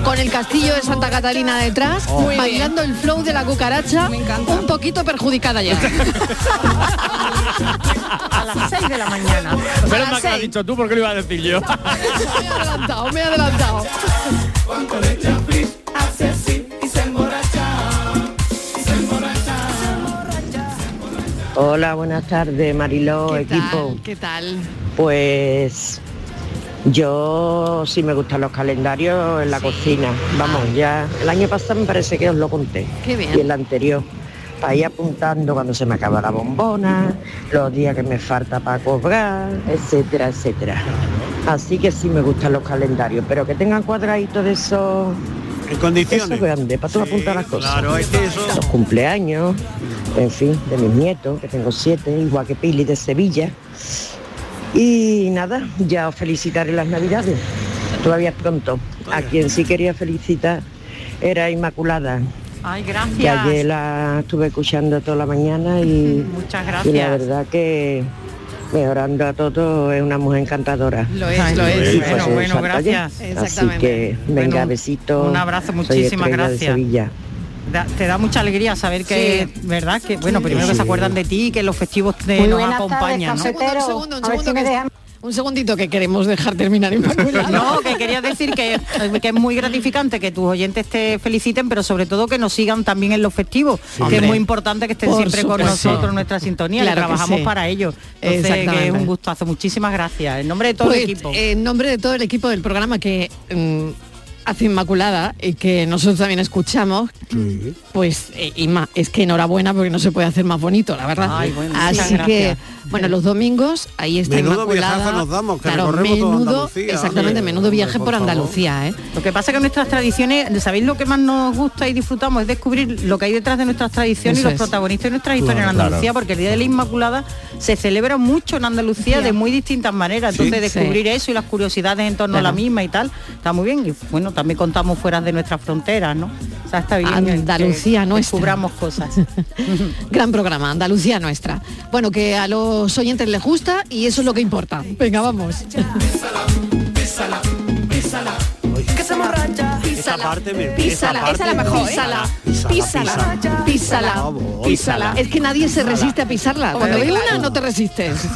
Speaker 3: con el castillo de Santa Catalina detrás,
Speaker 8: Oh. Muy
Speaker 3: bailando el flow de la cucaracha, un poquito perjudicada ya.
Speaker 6: A las 6 de la mañana.
Speaker 4: Pero me has dicho tú porque lo iba a decir yo.
Speaker 3: me he adelantado, me he adelantado.
Speaker 19: Hola, buenas tardes, Mariló,
Speaker 3: ¿Qué
Speaker 19: equipo.
Speaker 3: tal? ¿Qué tal?
Speaker 19: Pues yo sí me gustan los calendarios en la cocina. Vamos, ya el año pasado me parece que os lo conté.
Speaker 3: Qué bien.
Speaker 19: Y el anterior. Para ir apuntando cuando se me acaba la bombona, los días que me falta para cobrar, etcétera, etcétera. Así que sí me gustan los calendarios, pero que tengan cuadraditos de esos
Speaker 5: En condiciones.
Speaker 19: Eso es grande, para tú apuntar las cosas.
Speaker 5: claro, es que eso-
Speaker 19: Los cumpleaños, en fin, de mis nietos, que tengo siete, igual que Pili de Sevilla. Y nada, ya os felicitaré las navidades. Todavía es pronto. A quien sí quería felicitar era Inmaculada.
Speaker 6: Ay,
Speaker 19: Que
Speaker 6: gracias.
Speaker 19: ayer la estuve escuchando toda la mañana y,
Speaker 6: Muchas
Speaker 19: y la
Speaker 6: gracias.
Speaker 19: verdad que mejorando a todo es una mujer encantadora.
Speaker 6: Lo es, lo es.
Speaker 19: Y
Speaker 6: Bueno,
Speaker 19: fue su
Speaker 6: bueno,
Speaker 19: santo ayer.
Speaker 6: gracias.
Speaker 19: Así
Speaker 6: Exactamente.
Speaker 19: que venga, besito.
Speaker 6: un abrazo,
Speaker 19: Soy
Speaker 6: muchísimas
Speaker 19: Estrella de
Speaker 6: gracias.
Speaker 19: Sevilla.
Speaker 6: Da- te da mucha alegría saber que, ¿verdad? Que bueno, primero que se acuerdan de ti, que los festivos te
Speaker 3: Muy
Speaker 6: nos
Speaker 3: buenas
Speaker 6: acompañan.
Speaker 3: tardes,
Speaker 6: ¿no?
Speaker 3: cafetero.
Speaker 6: Un segundo, un
Speaker 3: A ver
Speaker 6: segundo,
Speaker 3: si me
Speaker 6: que-
Speaker 3: dejan- Un segundito que queremos dejar terminar Inmaculada.
Speaker 6: No, que quería decir que, que es muy gratificante que tus oyentes te feliciten, pero sobre todo que nos sigan también en los festivos, que
Speaker 3: Hombre.
Speaker 6: es muy importante que estén
Speaker 3: Por
Speaker 6: siempre con
Speaker 3: supuesto.
Speaker 6: nosotros en nuestra sintonía, y
Speaker 3: Claro que
Speaker 6: trabajamos
Speaker 3: sí.
Speaker 6: para ello. Entonces, que es
Speaker 3: Exactamente.
Speaker 6: un gustazo. Muchísimas gracias. En nombre de todo
Speaker 3: Pues,
Speaker 6: el equipo.
Speaker 3: En nombre de todo el equipo del programa que mm, hace Inmaculada y que nosotros también escuchamos, pues eh, Inma, es que enhorabuena porque no se puede hacer más bonito, la verdad.
Speaker 5: Ay, bueno, muchas
Speaker 3: Así que,
Speaker 5: gracias.
Speaker 3: bueno, los domingos ahí está
Speaker 5: Menudo
Speaker 3: Inmaculada.
Speaker 5: viajazo nos damos, que
Speaker 3: claro,
Speaker 5: recorremos toda
Speaker 3: menudo,
Speaker 5: Andalucía,
Speaker 3: exactamente,
Speaker 5: hombre,
Speaker 3: menudo viaje por, Andalucía, ¿eh?
Speaker 6: Lo que pasa es que nuestras tradiciones, ¿sabéis lo que más nos gusta y disfrutamos? Es descubrir lo que hay detrás de nuestras tradiciones
Speaker 3: Eso
Speaker 6: y los
Speaker 3: es.
Speaker 6: protagonistas de nuestras historias
Speaker 3: Claro.
Speaker 6: en Andalucía,
Speaker 3: Claro.
Speaker 6: porque el Día de la Inmaculada se celebra mucho en Andalucía de muy distintas maneras.
Speaker 3: Sí.
Speaker 6: Entonces
Speaker 3: Sí.
Speaker 6: descubrir eso y las curiosidades en torno a la
Speaker 3: Claro.
Speaker 6: misma y tal, está muy bien. Y bueno, también contamos fuera de nuestras fronteras, ¿no? O sea, está bien. que-
Speaker 3: Andalucía
Speaker 6: que
Speaker 3: nuestra.
Speaker 6: Descubramos cosas.
Speaker 3: Gran programa, Andalucía nuestra. Bueno, que a los oyentes les gusta y eso es lo que importa. Venga, vamos.
Speaker 2: Que se emborracha. esa parte me
Speaker 16: Písala,
Speaker 2: esa parte no.
Speaker 16: Písala,
Speaker 6: ¿eh?
Speaker 16: písala, písala, písala, písala. Es que nadie se resiste a pisarla. Cuando
Speaker 2: Hombre,
Speaker 16: ves una
Speaker 2: claro.
Speaker 16: no te resistes.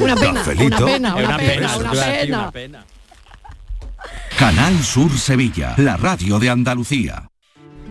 Speaker 16: Una pena, una
Speaker 20: Cafelito.
Speaker 16: pena,
Speaker 20: Es
Speaker 16: una pena,
Speaker 20: una pena,
Speaker 16: una
Speaker 20: claro, sí,
Speaker 16: pena.
Speaker 20: una Canal Sur Sevilla, la radio de Andalucía.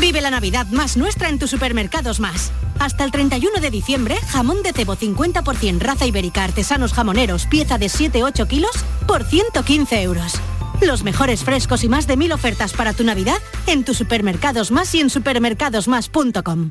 Speaker 21: Vive la Navidad más nuestra en tus supermercados más. Hasta el 31 de diciembre, jamón de cebo 50% raza ibérica artesanos jamoneros, pieza de 7-8 kilos, por 115 euros. Los mejores frescos y más de mil ofertas para tu Navidad en tus supermercados más y en supermercadosmás.com.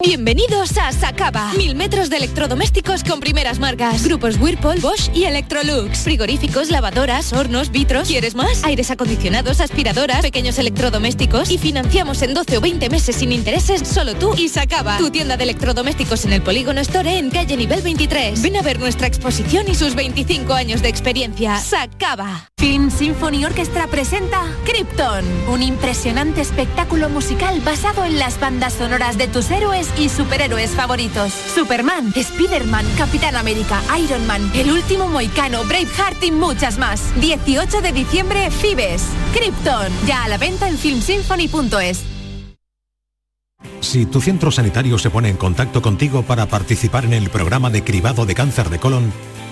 Speaker 22: Bienvenidos a Sacaba. Mil metros de electrodomésticos con primeras marcas. Grupos Whirlpool, Bosch y Electrolux. Frigoríficos, lavadoras, hornos, vitros. ¿Quieres más? Aires acondicionados, aspiradoras, pequeños electrodomésticos. Y financiamos en 12 o 20 meses sin intereses solo tú y Sacaba. Tu tienda de electrodomésticos en el Polígono Store en calle nivel 23. Ven a ver nuestra exposición y sus 25 años de experiencia. Sacaba.
Speaker 23: Film Symphony Orchestra presenta Krypton, un impresionante espectáculo musical basado en las bandas sonoras de tus héroes y superhéroes favoritos. Superman, Spider-Man, Capitán América, Iron Man, El Último Moicano, Braveheart y muchas más. 18 de diciembre, Fibes. Krypton, ya a la venta en filmsymphony.es.
Speaker 24: Si tu centro sanitario se pone en contacto contigo para participar en el programa de cribado de cáncer de colon,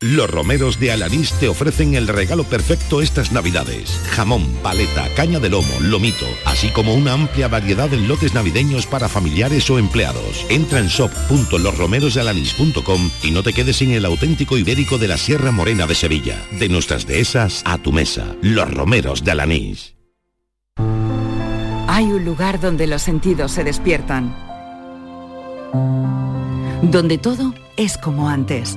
Speaker 25: Los romeros de Alanís te ofrecen el regalo perfecto estas navidades. Jamón, paleta, caña de lomo, lomito, así como una amplia variedad en lotes navideños para familiares o empleados. Entra en shop.losromerosdealanís.com y no te quedes sin el auténtico ibérico de la Sierra Morena de Sevilla. De nuestras dehesas a tu mesa. Los romeros de Alanís.
Speaker 26: Hay un lugar donde los sentidos se despiertan. Donde todo es como antes.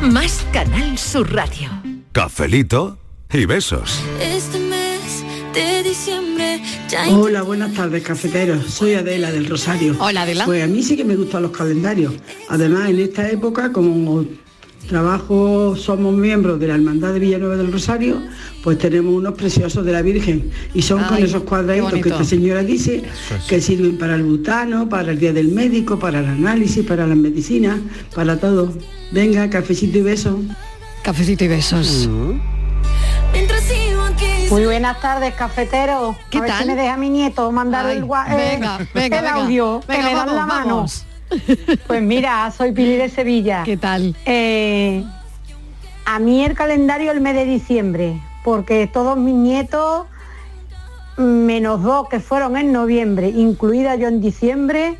Speaker 3: más Canal Sur Radio.
Speaker 27: Cafelito y besos.
Speaker 28: Este mes de diciembre ya
Speaker 29: Hola, buenas tardes, cafeteros. Soy Adela del Rosario. Hola, Adela. Pues a mí sí que me gustan los calendarios. Además, en esta época, como trabajo, somos miembros de la Hermandad de Villanueva del Rosario, pues tenemos unos preciosos de la Virgen y son con
Speaker 3: Ay,
Speaker 29: esos cuadraditos
Speaker 3: qué
Speaker 29: que
Speaker 3: bonito.
Speaker 29: esta señora dice que sirven para el butano, para el día del médico, para el análisis, para las medicinas, para todo. Venga, cafecito y beso.
Speaker 3: Cafecito y besos.
Speaker 1: Muy buenas tardes, cafetero.
Speaker 3: ¿Qué
Speaker 1: a ver
Speaker 3: tal?
Speaker 1: si me deja mi nieto mandar
Speaker 3: Ay,
Speaker 1: el, gua- eh,
Speaker 3: venga, venga,
Speaker 1: el
Speaker 3: venga.
Speaker 1: audio, que
Speaker 3: Venga,
Speaker 1: me dan
Speaker 3: vamos,
Speaker 1: la mano.
Speaker 3: vamos.
Speaker 1: Pues mira, soy Pili de Sevilla.
Speaker 3: ¿Qué tal?
Speaker 1: Eh, a mí el calendario el mes de diciembre, porque todos mis nietos, menos dos que fueron en noviembre, incluida yo en diciembre,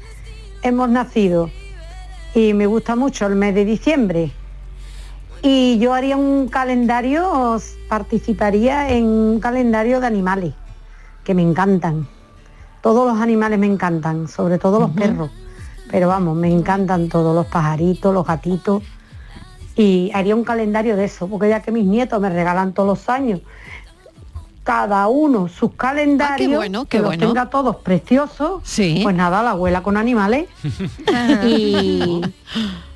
Speaker 1: hemos nacido. Y me gusta mucho el mes de diciembre y yo haría un calendario, os participaría en un calendario de animales, que me encantan. Todos los animales me encantan, sobre todo los perros. Pero vamos, me encantan todos, los pajaritos, los gatitos. Y haría un calendario de eso, porque ya que mis nietos me regalan todos los años, cada uno sus calendarios,
Speaker 3: Ah, bueno, qué
Speaker 1: que los
Speaker 3: bueno.
Speaker 1: tenga todos preciosos, pues nada, la abuela con animales. y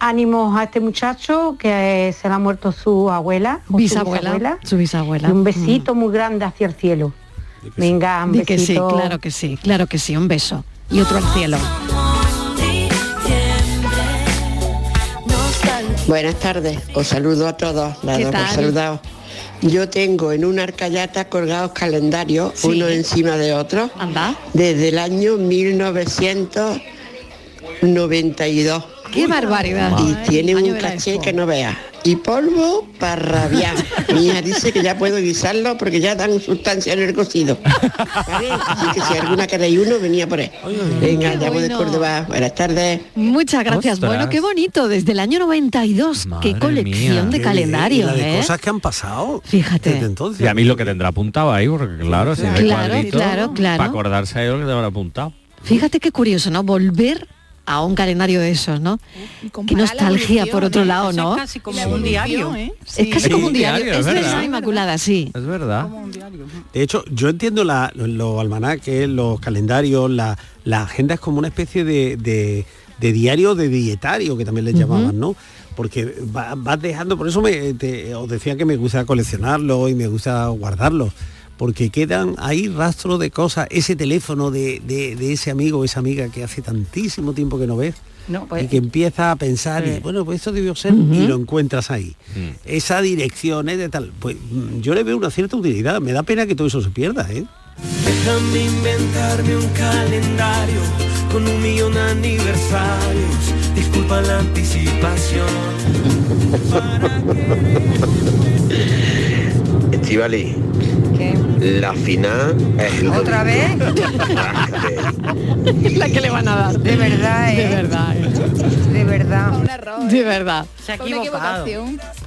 Speaker 1: ánimos a este muchacho que eh, se le ha muerto su abuela, o su
Speaker 3: Bisabuela, su bisabuela. Mm.
Speaker 1: Y un besito muy grande hacia el cielo. Venga, un
Speaker 3: Di que sí,
Speaker 1: besito.
Speaker 3: claro que sí, claro que sí, un beso. Y otro al cielo.
Speaker 30: Buenas tardes, os saludo a todos, las
Speaker 3: ¿Qué
Speaker 30: dos por
Speaker 3: tal?
Speaker 30: saludados. Yo tengo en una arcayata colgados calendarios,
Speaker 3: Sí.
Speaker 30: uno encima de otro, desde el año 1992.
Speaker 3: ¡Qué barbaridad!
Speaker 30: Y tiene
Speaker 3: Año
Speaker 30: un
Speaker 3: de la
Speaker 30: caché
Speaker 3: Expo.
Speaker 30: que no veas. Y polvo para rabiar. Mi hija dice que ya puedo guisarlo porque ya dan sustancia en el cocido. ¿Vale? Así que si alguna queréis uno, venía por él. Venga,
Speaker 3: Qué
Speaker 30: llamo de
Speaker 3: bueno.
Speaker 30: Córdoba. Buenas tardes.
Speaker 3: Muchas gracias.
Speaker 30: Ostras.
Speaker 3: Bueno, qué bonito. Desde el año 92, qué colección
Speaker 4: Ah,
Speaker 3: de calendarios,
Speaker 5: la de
Speaker 3: ¿eh?
Speaker 5: cosas que han pasado.
Speaker 3: Fíjate.
Speaker 5: Desde entonces.
Speaker 4: Y a mí lo que tendrá apuntado ahí, porque claro, si ve
Speaker 3: Claro,
Speaker 4: cuadritos,
Speaker 3: claro, claro.
Speaker 4: para acordarse ahí lo que te habrá apuntado.
Speaker 3: Fíjate qué curioso, ¿no? Volver a un calendario de esos, ¿no? Qué nostalgia por otro lado, ¿no?
Speaker 6: ¿eh? Casi como un diario. ¿eh?
Speaker 3: Es casi
Speaker 5: Sí,
Speaker 3: como un diario.
Speaker 5: diario, es
Speaker 3: es verdad,
Speaker 5: verdad.
Speaker 3: Inmaculada, sí.
Speaker 4: Es verdad.
Speaker 5: De hecho, yo entiendo la, los almanaques, los calendarios, la, la agenda es como una especie de, de- de diario de dietario, que también les llamaban, ¿no? Porque va- vas dejando, por eso me, te- os decía que me gusta coleccionarlo y me gusta guardarlo. Porque quedan ahí rastro de cosas, ese teléfono de, de- de ese amigo o esa amiga que hace tantísimo tiempo que no ves
Speaker 6: No,
Speaker 5: y
Speaker 6: pues,
Speaker 5: que empieza a pensar, y, bueno, pues esto debió ser, y lo encuentras ahí esa dirección es de tal. Pues mm, yo le veo una cierta utilidad. Me da pena que todo eso se pierda, ¿eh?
Speaker 2: Déjame inventarme un calendario con un millón de aniversarios. Disculpa la anticipación.
Speaker 10: Estivali, la final es el
Speaker 3: ¿Otra vez? es la que le van a dar. De verdad,
Speaker 7: ¿eh?
Speaker 3: De verdad. De verdad. De verdad.
Speaker 6: se ha equivocado.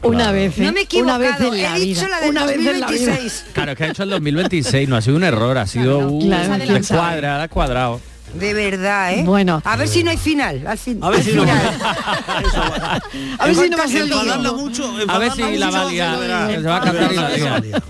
Speaker 3: Una vez, ¿eh?
Speaker 7: No me he equivocado,
Speaker 3: una vez en la
Speaker 7: he
Speaker 3: vida.
Speaker 7: dicho la del
Speaker 3: una vez en la vida.
Speaker 7: 2026.
Speaker 4: Claro, es que ha hecho el 2026, no ha sido un error, ha sido un
Speaker 7: claro,
Speaker 4: la
Speaker 7: ¿quién sabe?
Speaker 4: cuadra, la ha cuadrado.
Speaker 7: De verdad, ¿eh?
Speaker 3: Bueno.
Speaker 7: A ver si no hay final, al fin.
Speaker 4: A ver
Speaker 7: al
Speaker 4: si no-
Speaker 7: final.
Speaker 3: A ver si no va a ser
Speaker 7: Enfadarla
Speaker 3: lío.
Speaker 5: mucho,
Speaker 4: A ver si la valía, se va a cantar y la lía.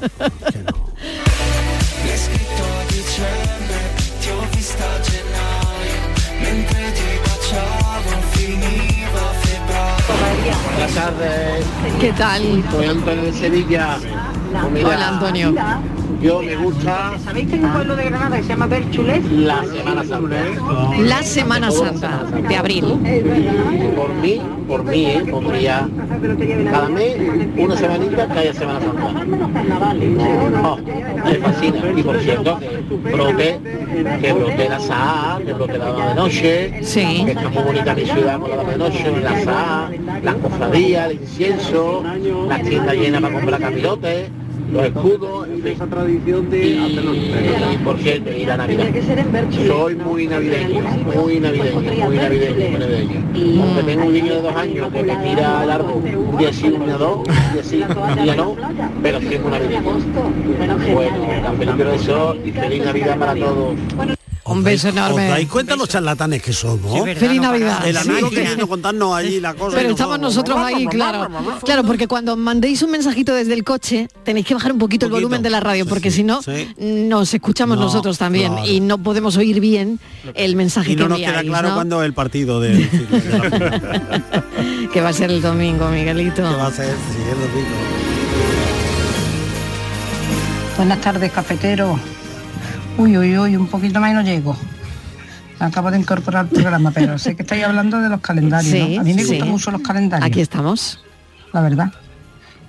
Speaker 16: Buenas tardes.
Speaker 3: ¿Qué tal?
Speaker 16: Soy Antonio de Sevilla. Pues mira,
Speaker 3: Hola, Antonio.
Speaker 16: Yo me gusta
Speaker 6: ¿Sabéis que hay un pueblo de Granada que se llama Berchulet?
Speaker 16: la Semana Santa. ¿eh?
Speaker 3: La Semana Santa de abril.
Speaker 16: Por mí, por mí, ¿eh? pondría cada mes una semanita que haya Semana Santa.
Speaker 6: ¿eh?
Speaker 16: No, me fascina. Y por cierto, brote, que brote la Saá, que brote la Dama de noche, que está muy bonita mi ciudad con la Dama de noche, la Saá, las cofradías, el incienso, las tiendas llenas para comprar capirotes, los escudos, esa tradición de hacer los y por cierto, ir a Navidad. Soy muy navideño, muy navideño, muy navideño, muy navideño. Aunque tengo un niño de dos años que me tira el árbol, un día sí, un día dos, un día sí, un día no, pero Pues, siempre navideño. Bueno, tan feliz de eso y feliz Navidad para todos.
Speaker 3: Un beso enorme.
Speaker 5: ¿Os dais cuenta los charlatanes que somos?
Speaker 3: Sí, verdad, Feliz no Navidad. paramos.
Speaker 5: El amigo
Speaker 3: Sí.
Speaker 5: queriendo contarnos allí la cosa.
Speaker 3: Pero
Speaker 5: y
Speaker 3: estamos
Speaker 5: nosotros-
Speaker 3: nosotros ahí, claro. Claro, porque cuando mandéis un mensajito desde el coche, tenéis que bajar un poquito, el volumen de la radio, porque si no,
Speaker 5: sí.
Speaker 3: nos escuchamos
Speaker 5: No,
Speaker 3: nosotros también
Speaker 5: claro.
Speaker 3: y no podemos oír bien el mensaje
Speaker 5: Y no
Speaker 3: que
Speaker 5: nos queda
Speaker 3: enviáis,
Speaker 5: claro
Speaker 3: ¿no?
Speaker 5: cuándo es el partido de...
Speaker 3: Que va a ser el domingo, Miguelito.
Speaker 5: va a ser? Sí, el domingo.
Speaker 29: Buenas tardes, cafetero. Uy, uy, uy, un poquito más y no llego. Me Acabo de incorporar al programa, pero sé que estáis hablando de los calendarios.
Speaker 3: Sí,
Speaker 29: ¿no? A mí me
Speaker 3: sí.
Speaker 29: gustan mucho los calendarios.
Speaker 3: Aquí estamos.
Speaker 29: La verdad.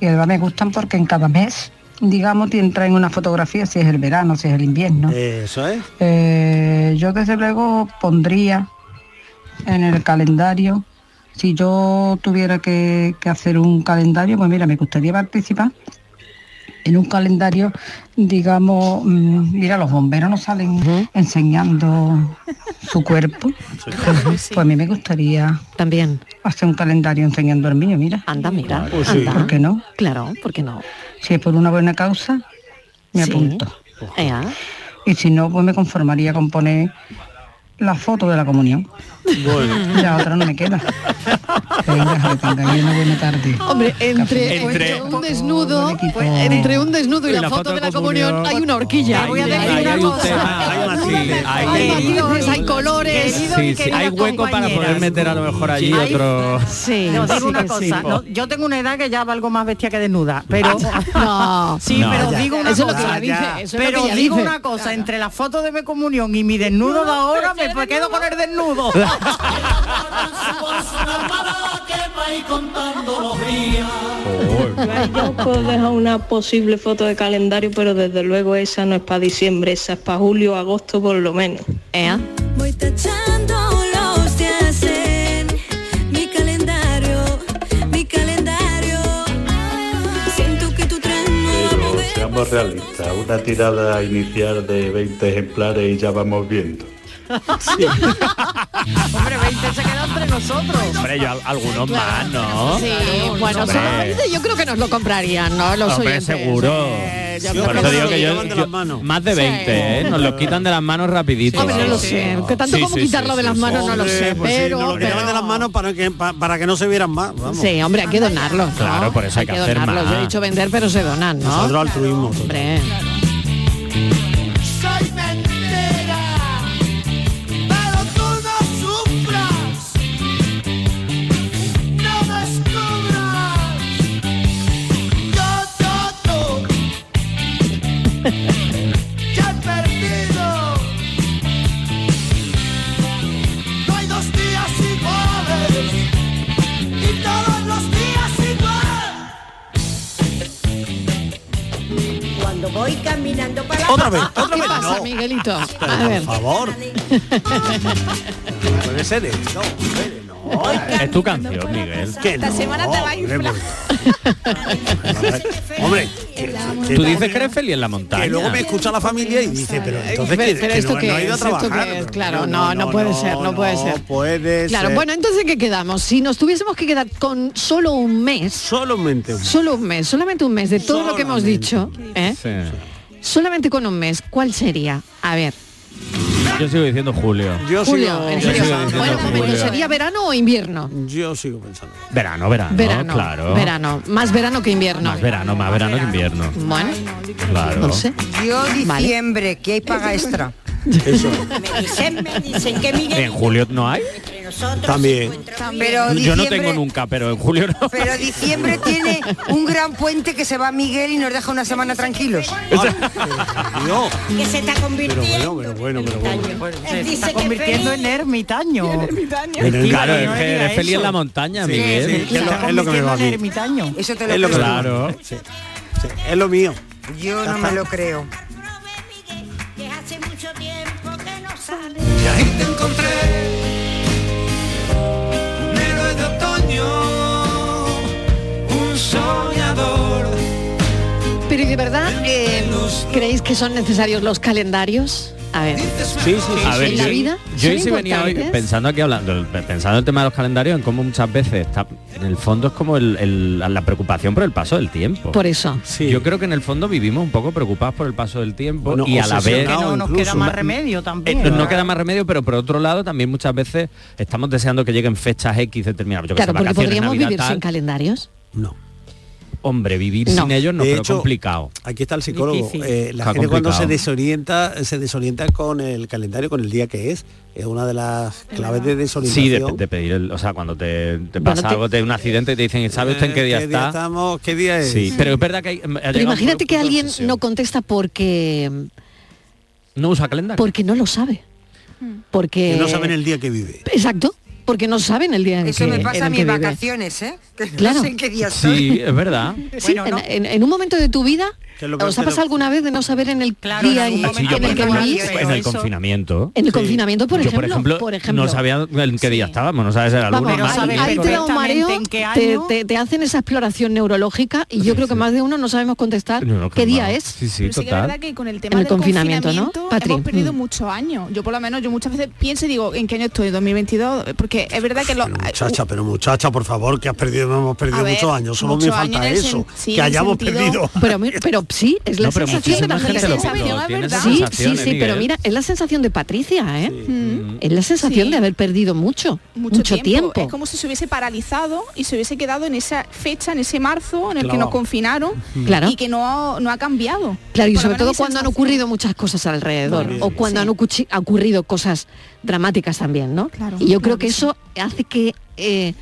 Speaker 29: Y además me gustan porque en cada mes, digamos, te entra en una fotografía si es el verano, si es el invierno.
Speaker 5: Eso es.
Speaker 29: Eh, yo desde luego pondría en el calendario, si yo tuviera que, que hacer un calendario, pues mira, me gustaría participar en un calendario, digamos, mm, mira, los bomberos nos salen enseñando su cuerpo. Pues a mí me gustaría
Speaker 3: también
Speaker 29: hacer un calendario enseñando el mío, mira.
Speaker 3: Anda, mira.
Speaker 29: Pues
Speaker 3: sí. anda.
Speaker 29: ¿Por qué no?
Speaker 3: Claro, ¿por qué no?
Speaker 29: Si es por una buena causa, me
Speaker 3: Sí.
Speaker 29: apunto.
Speaker 3: Ea.
Speaker 29: Y si no, pues me conformaría con poner la foto de la comunión. La otra no me queda. Venga, que tengáis una buena tarde.
Speaker 3: Hombre, entre,
Speaker 29: Café.
Speaker 3: entre un desnudo, pues, entre un desnudo y la, foto, de la comunión, hay una horquilla.
Speaker 29: Te voy a decir
Speaker 3: Hay-
Speaker 29: una
Speaker 3: hay un
Speaker 29: cosa.
Speaker 3: tema.
Speaker 29: Hay
Speaker 3: Hay
Speaker 4: matices. Hay
Speaker 3: matices, hay colores.
Speaker 4: Sí, sí, hay hueco para poder meter a lo mejor allí
Speaker 6: Hay-
Speaker 4: otro.
Speaker 3: Sí,
Speaker 6: No, digo
Speaker 3: sí
Speaker 6: una
Speaker 3: que
Speaker 6: cosa,
Speaker 3: sí.
Speaker 6: no, yo tengo una edad que ya valgo más bestia que desnuda, pero
Speaker 3: No.
Speaker 6: sí,
Speaker 3: No,
Speaker 6: pero
Speaker 3: ya,
Speaker 6: digo
Speaker 3: ya,
Speaker 6: una
Speaker 3: eso es
Speaker 6: cosa,
Speaker 3: lo que ella dice, eso es lo
Speaker 6: pero
Speaker 3: que ella
Speaker 6: digo
Speaker 3: dice.
Speaker 6: una cosa, entre la foto de mi comunión y mi desnudo de ahora me pues, quedo con el desnudo.
Speaker 12: Yo puedo dejar una posible foto de calendario, pero desde luego esa no es para diciembre, esa es para julio, agosto por lo menos.
Speaker 3: Eh, ah.
Speaker 16: Voy tachando los días en mi calendario, mi calendario. Siento que tu tren no va a
Speaker 13: Pero
Speaker 16: mover.
Speaker 13: seamos realistas, una tirada inicial de 20 ejemplares y ya vamos viendo.
Speaker 6: Hombre, 20 se queda entre nosotros.
Speaker 4: Hombre, yo al- algunos más, ¿no?
Speaker 3: Sí, bueno,
Speaker 4: Hombre.
Speaker 3: son valientes, yo creo que nos lo comprarían, ¿no? Los
Speaker 4: Hombre,
Speaker 3: oyentes.
Speaker 4: seguro. Sí,
Speaker 3: yo creo
Speaker 4: Por
Speaker 3: que
Speaker 4: eso
Speaker 3: sí.
Speaker 4: digo que yo,
Speaker 3: Llaman de
Speaker 4: yo- más de 20, ¿eh? Nos lo quitan de las manos rapidito.
Speaker 3: Hombre, no lo
Speaker 4: vamos.
Speaker 3: sé, que tanto
Speaker 4: Sí,
Speaker 3: como
Speaker 4: sí,
Speaker 3: quitarlo
Speaker 4: sí,
Speaker 3: de
Speaker 4: sí,
Speaker 3: las
Speaker 4: sí.
Speaker 3: manos no lo
Speaker 5: Hombre,
Speaker 3: sé,
Speaker 5: pues sí,
Speaker 3: pero...
Speaker 5: nos lo quitaban
Speaker 3: pero-
Speaker 5: de las manos para que, pa- para que no se vieran más. Vamos.
Speaker 3: Sí, hombre, hay que donarlos. ¿no?
Speaker 5: Claro, por eso hay que hacer
Speaker 3: donarlos.
Speaker 5: más.
Speaker 3: Yo he dicho vender, pero se donan, ¿no?
Speaker 5: Nosotros altruismo.
Speaker 3: Hombre.
Speaker 2: Soy mentira, pero tú no sufras, no descubras. Yo, yo, tú, ya he perdido. No hay dos días iguales y todos los días igual.
Speaker 7: Cuando voy caminando para
Speaker 5: Otra vez, otra
Speaker 3: ¿Qué
Speaker 5: vez.
Speaker 3: pasa,
Speaker 5: no.
Speaker 3: Miguelito?
Speaker 5: Pero,
Speaker 3: A ver.
Speaker 5: Por favor. No Puede ser esto. hombre, No.
Speaker 4: Es tu canción, Miguel.
Speaker 5: Que no, hombre, pues. Hombre,
Speaker 4: Tú dices que eres feliz en la montaña.
Speaker 5: que luego me escucha la familia y dice, pero entonces
Speaker 3: Pero-
Speaker 5: que,
Speaker 3: pero
Speaker 5: que
Speaker 3: esto
Speaker 5: no,
Speaker 3: qué
Speaker 5: no ha ido a
Speaker 3: es, esto
Speaker 5: trabajar.
Speaker 3: qué es, claro, no, no puede ser, no puede ser.
Speaker 5: No puede
Speaker 3: Claro,
Speaker 16: eh,
Speaker 5: ser.
Speaker 3: bueno, entonces ¿qué quedamos? Si nos tuviésemos que quedar con solo un mes,
Speaker 5: solamente un
Speaker 3: solo un mes, solamente un mes de todo lo que hemos dicho, ¿eh? solamente con un mes, ¿cuál sería? A ver,
Speaker 4: Yo sigo diciendo Julio.
Speaker 5: Yo
Speaker 3: Julio,
Speaker 5: sigo,
Speaker 3: en
Speaker 4: yo
Speaker 3: serio.
Speaker 4: sigo diciendo
Speaker 3: Bueno, un momento,
Speaker 4: Julio.
Speaker 5: pues
Speaker 3: ¿sería verano o invierno?
Speaker 5: yo sigo pensando.
Speaker 4: Verano, verano,
Speaker 3: verano,
Speaker 4: claro.
Speaker 3: verano, más verano que invierno.
Speaker 4: Más verano, más verano que invierno.
Speaker 3: Bueno,
Speaker 4: Claro.
Speaker 3: no sé.
Speaker 7: Yo diciembre, que hay paga extra.
Speaker 5: Eso.
Speaker 7: Me dicen, me dicen que Miguel
Speaker 4: En julio no hay. También.
Speaker 7: Pero
Speaker 4: Yo no
Speaker 7: diciembre-
Speaker 4: tengo nunca, pero en julio no.
Speaker 7: Pero diciembre tiene un gran puente que se va a Miguel y nos deja una semana tranquilos.
Speaker 5: No,
Speaker 7: Que se está
Speaker 5: pero
Speaker 7: convirtiendo.
Speaker 5: bueno, pero bueno, pero bueno.
Speaker 7: Él
Speaker 6: Se
Speaker 7: dice
Speaker 6: está
Speaker 7: que
Speaker 6: convirtiendo
Speaker 7: feliz.
Speaker 6: en ermitaño.
Speaker 4: En el-
Speaker 6: Estíbaliz,
Speaker 4: claro,
Speaker 6: no
Speaker 4: es que
Speaker 6: diga
Speaker 4: eres feliz
Speaker 6: eso.
Speaker 4: en la montaña,
Speaker 6: Sí,
Speaker 4: Miguel.
Speaker 6: sí,
Speaker 4: Que es lo-
Speaker 6: está
Speaker 4: es lo que me va a
Speaker 6: convirtiendo en
Speaker 4: decir.
Speaker 6: ermitaño.
Speaker 7: Eso te
Speaker 4: Es lo
Speaker 7: lo
Speaker 4: que
Speaker 7: creo.
Speaker 4: claro.
Speaker 5: Sí, sí, es lo mío.
Speaker 7: Yo no me lo creo.
Speaker 2: Y ahí te encontré, un héroe de otoño, un soñador.
Speaker 3: Pero ¿y de verdad eh, creéis que son necesarios los calendarios? A ver.
Speaker 4: Sí, sí, sí. A ver,
Speaker 3: en la
Speaker 4: yo-
Speaker 3: vida.
Speaker 4: Yo
Speaker 3: son
Speaker 4: sí venía hoy
Speaker 3: importantes?
Speaker 4: pensando aquí hablando, pensando en el tema de los calendarios, en cómo muchas veces está, en el fondo es como el- el- la preocupación por el paso del tiempo.
Speaker 3: Por eso.
Speaker 4: Yo creo que en el fondo vivimos un poco preocupados por el paso del tiempo
Speaker 5: Bueno,
Speaker 4: y a la vez
Speaker 16: Que no nos queda más remedio
Speaker 4: Eh,
Speaker 16: también.
Speaker 4: no, no queda más remedio, pero por otro lado también muchas veces estamos deseando que lleguen fechas X determinadas. Yo que
Speaker 3: Claro,
Speaker 4: sé,
Speaker 3: porque
Speaker 4: vacaciones,
Speaker 3: podríamos
Speaker 4: Navidad,
Speaker 3: vivir
Speaker 4: tal.
Speaker 3: sin calendarios.
Speaker 4: Hombre, vivir
Speaker 3: No.
Speaker 4: sin ellos no,
Speaker 5: De
Speaker 4: pero
Speaker 5: hecho,
Speaker 4: complicado.
Speaker 5: Aquí está el psicólogo.
Speaker 4: Difícil.
Speaker 5: Eh, la
Speaker 4: Está
Speaker 5: gente cuando se
Speaker 4: complicado.
Speaker 5: desorienta, se desorienta con el calendario, con el día que es. Es una de las claves de
Speaker 4: Sí, de,
Speaker 5: desorientación.
Speaker 4: de pedir el, o sea, cuando te, te
Speaker 5: Bueno,
Speaker 4: pasa
Speaker 5: te-
Speaker 4: algo, te un accidente y te dicen, ¿sabe usted en qué
Speaker 5: Eh,
Speaker 4: día
Speaker 5: ¿Qué
Speaker 4: está?
Speaker 5: día estamos? ¿Qué día es?
Speaker 4: Sí, pero es verdad que hay, ha
Speaker 3: Pero
Speaker 4: llegado un
Speaker 3: imagínate
Speaker 4: punto
Speaker 3: que
Speaker 4: de
Speaker 3: alguien
Speaker 4: obsesión.
Speaker 3: no contesta porque
Speaker 4: no usa calendario.
Speaker 3: porque no lo sabe. Porque
Speaker 5: Que no saben el día que vive.
Speaker 3: Exacto, porque no saben el día en
Speaker 7: Eso
Speaker 3: que
Speaker 7: me
Speaker 3: en
Speaker 7: pasa a
Speaker 3: el
Speaker 7: mis
Speaker 3: que vive.
Speaker 7: vacaciones, ¿eh? Que
Speaker 3: Claro.
Speaker 7: no sé en qué día estoy.
Speaker 4: Sí, es verdad.
Speaker 3: Sí, en, en- en un momento de tu vida
Speaker 4: ¿Qué es lo que
Speaker 3: os
Speaker 4: usted
Speaker 3: ha
Speaker 4: no-
Speaker 3: pasado alguna vez de no saber en el día en,
Speaker 4: Sí, yo,
Speaker 3: en
Speaker 4: por
Speaker 3: el que
Speaker 4: ejemplo,
Speaker 3: vivís.
Speaker 4: en el confinamiento.
Speaker 3: En el confinamiento, por
Speaker 4: Yo,
Speaker 3: ejemplo, por
Speaker 4: por
Speaker 3: ejemplo.
Speaker 4: ejemplo, no sabía en qué día estábamos, no sabes si era
Speaker 3: Vamos,
Speaker 4: lunes,
Speaker 3: ahí-
Speaker 4: martes,
Speaker 3: ahí te da un mareo,
Speaker 16: perfectamente en qué
Speaker 3: te,
Speaker 16: año.
Speaker 3: te- te hacen esa exploración neurológica y yo creo que más de uno no sabemos contestar
Speaker 4: No, no,
Speaker 3: qué
Speaker 4: claro.
Speaker 3: día es.
Speaker 4: Sí, sí,
Speaker 8: Pero sí que es verdad
Speaker 4: total.
Speaker 8: que con el tema
Speaker 3: En el
Speaker 8: del
Speaker 3: confinamiento,
Speaker 8: confinamiento,
Speaker 3: ¿no, Patri?
Speaker 8: hemos perdido
Speaker 3: Mm.
Speaker 8: muchos años. Yo por lo menos, yo muchas veces pienso y digo, ¿en qué año estoy? ¿2022? Porque es verdad que los...
Speaker 5: Muchacha, pero muchacha, por favor, que has perdido, hemos perdido
Speaker 8: A ver,
Speaker 5: muchos años. Solo
Speaker 8: muchos
Speaker 5: me falta
Speaker 8: años en el
Speaker 5: eso,
Speaker 8: sen- sí,
Speaker 5: que
Speaker 8: en el
Speaker 5: hayamos
Speaker 8: sentido-
Speaker 5: perdido.
Speaker 3: Pero, mi- pero sí, es la
Speaker 4: No, pero
Speaker 3: sensación de la
Speaker 4: muchísima
Speaker 3: gente
Speaker 4: gente
Speaker 3: lo
Speaker 4: lo
Speaker 3: sensación,
Speaker 4: contó,
Speaker 3: es
Speaker 4: tiene
Speaker 3: verdad. Sí, sí,
Speaker 4: sensaciones,
Speaker 3: sí, pero
Speaker 4: Miguel.
Speaker 3: mira, es la sensación de Patricia, ¿eh? Es la sensación de haber perdido mucho, mucho, tiempo.
Speaker 8: Es como si se hubiese paralizado y se hubiese quedado en esa fecha, en ese marzo en el que
Speaker 3: Clavado.
Speaker 8: nos confinaron
Speaker 3: Mm. Claro.
Speaker 8: y que no, no ha cambiado.
Speaker 3: Claro, y
Speaker 8: Por lo
Speaker 3: sobre
Speaker 8: menos
Speaker 3: todo
Speaker 8: mi
Speaker 3: cuando han ocurrido muchas cosas alrededor
Speaker 8: Bueno,
Speaker 3: o
Speaker 8: sí.
Speaker 3: cuando han ocuchi- ha ocurrido cosas dramáticas también, ¿no? y yo creo que eso hace que eh,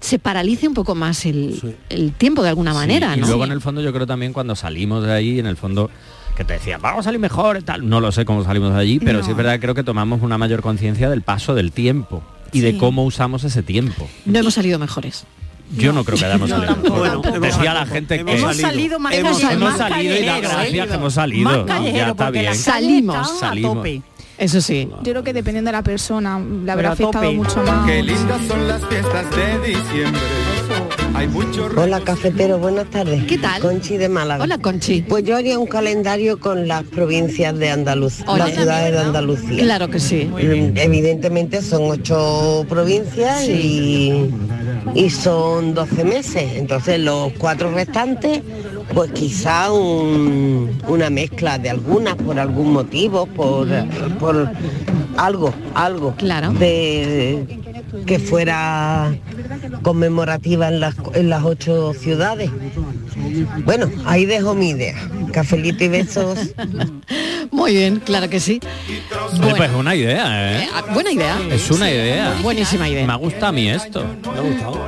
Speaker 3: se paralice un poco más el, el tiempo de alguna
Speaker 4: Sí,
Speaker 3: manera,
Speaker 4: y
Speaker 3: ¿no?
Speaker 4: luego en el fondo yo creo también cuando salimos de ahí, en el fondo que te decían, vamos a salir mejor, tal. No lo sé cómo salimos de allí, pero
Speaker 8: No.
Speaker 4: sí es verdad, creo que tomamos una mayor conciencia del paso del tiempo y de
Speaker 8: Sí.
Speaker 4: cómo usamos ese tiempo.
Speaker 3: No hemos salido mejores.
Speaker 4: Yo no, creo que hayamos
Speaker 3: No,
Speaker 4: salido
Speaker 3: tampoco,
Speaker 4: mejor.
Speaker 3: tampoco.
Speaker 4: Decía la gente que
Speaker 16: Hemos salido más
Speaker 4: hemos,
Speaker 16: calle-
Speaker 4: hemos
Speaker 16: más
Speaker 4: salido y da
Speaker 16: callejero,
Speaker 4: gracias
Speaker 16: ¿eh?
Speaker 4: que hemos salido.
Speaker 16: Más
Speaker 4: ¿no?
Speaker 16: callejero,
Speaker 4: ya está
Speaker 16: porque
Speaker 4: bien.
Speaker 16: las calles Salimos. estaban a tope.
Speaker 3: Eso sí.
Speaker 8: Yo creo que dependiendo de la persona, la habrá
Speaker 9: a
Speaker 8: afectado
Speaker 9: tope.
Speaker 8: mucho más.
Speaker 9: Qué lindas son las fiestas de diciembre. Hay mucho
Speaker 17: Hola cafetero, buenas tardes. ¿Qué tal? Conchi de Málaga.
Speaker 3: Hola Conchi.
Speaker 17: Pues yo haría un calendario con las provincias de Andalucía,
Speaker 3: Ole.
Speaker 17: las ciudades de Andalucía.
Speaker 3: Claro que sí.
Speaker 17: Mm, Evidentemente son ocho provincias y, y son 12 meses. Entonces los cuatro restantes, pues quizá un- una mezcla de algunas por algún motivo, por, por algo, algo.
Speaker 3: Claro.
Speaker 17: De, que fuera conmemorativa en las, en las ocho ciudades. Bueno, ahí dejo mi idea. Cafelito y besos.
Speaker 3: Muy bien, claro que sí.
Speaker 4: Oye, Pues es una idea, ¿eh?
Speaker 3: Ah, Buena idea.
Speaker 4: Es una idea.
Speaker 3: Buenísima idea.
Speaker 4: Me gusta a mí esto. Me ha gustado.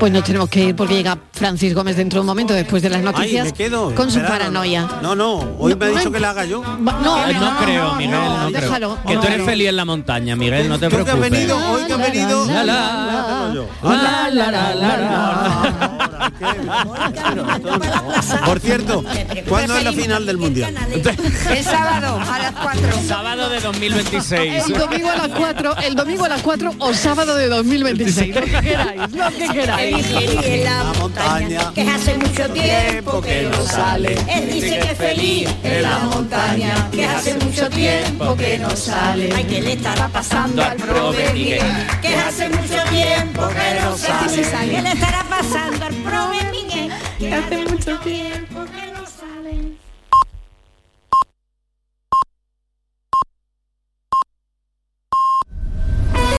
Speaker 3: Pues nos tenemos que ir porque llega Francis Gómez dentro de un momento después de las noticias
Speaker 5: me quedo,
Speaker 3: con su
Speaker 5: esperaron.
Speaker 3: paranoia.
Speaker 5: No, no, hoy me ha dicho
Speaker 3: no.
Speaker 5: que la haga yo.
Speaker 3: no,
Speaker 4: Eh, no, creo, Miguel, no, creo.
Speaker 3: déjalo.
Speaker 4: Que
Speaker 3: No,
Speaker 4: tú eres
Speaker 3: no.
Speaker 4: feliz en la montaña, Miguel, no te
Speaker 5: Tú que
Speaker 4: preocupes.
Speaker 5: has venido, hoy que has venido.
Speaker 4: La, la,
Speaker 5: Ah, Por cierto, ¿cuándo es la final del mundial?
Speaker 7: El sábado a las 4.
Speaker 4: Sábado de 2026.
Speaker 3: El domingo a las 4, el domingo a las 4 o sábado de 2026, lo que queráis, lo que queráis.
Speaker 17: en la montaña, que hace mucho tiempo que no sale. Él dice que es feliz en la montaña, que hace mucho tiempo que no sale. Ay, que le estará pasando al prove Miguel, que hace mucho tiempo que no sale. Que le estará pasando al prove Miguel, que hace mucho tiempo que no sale.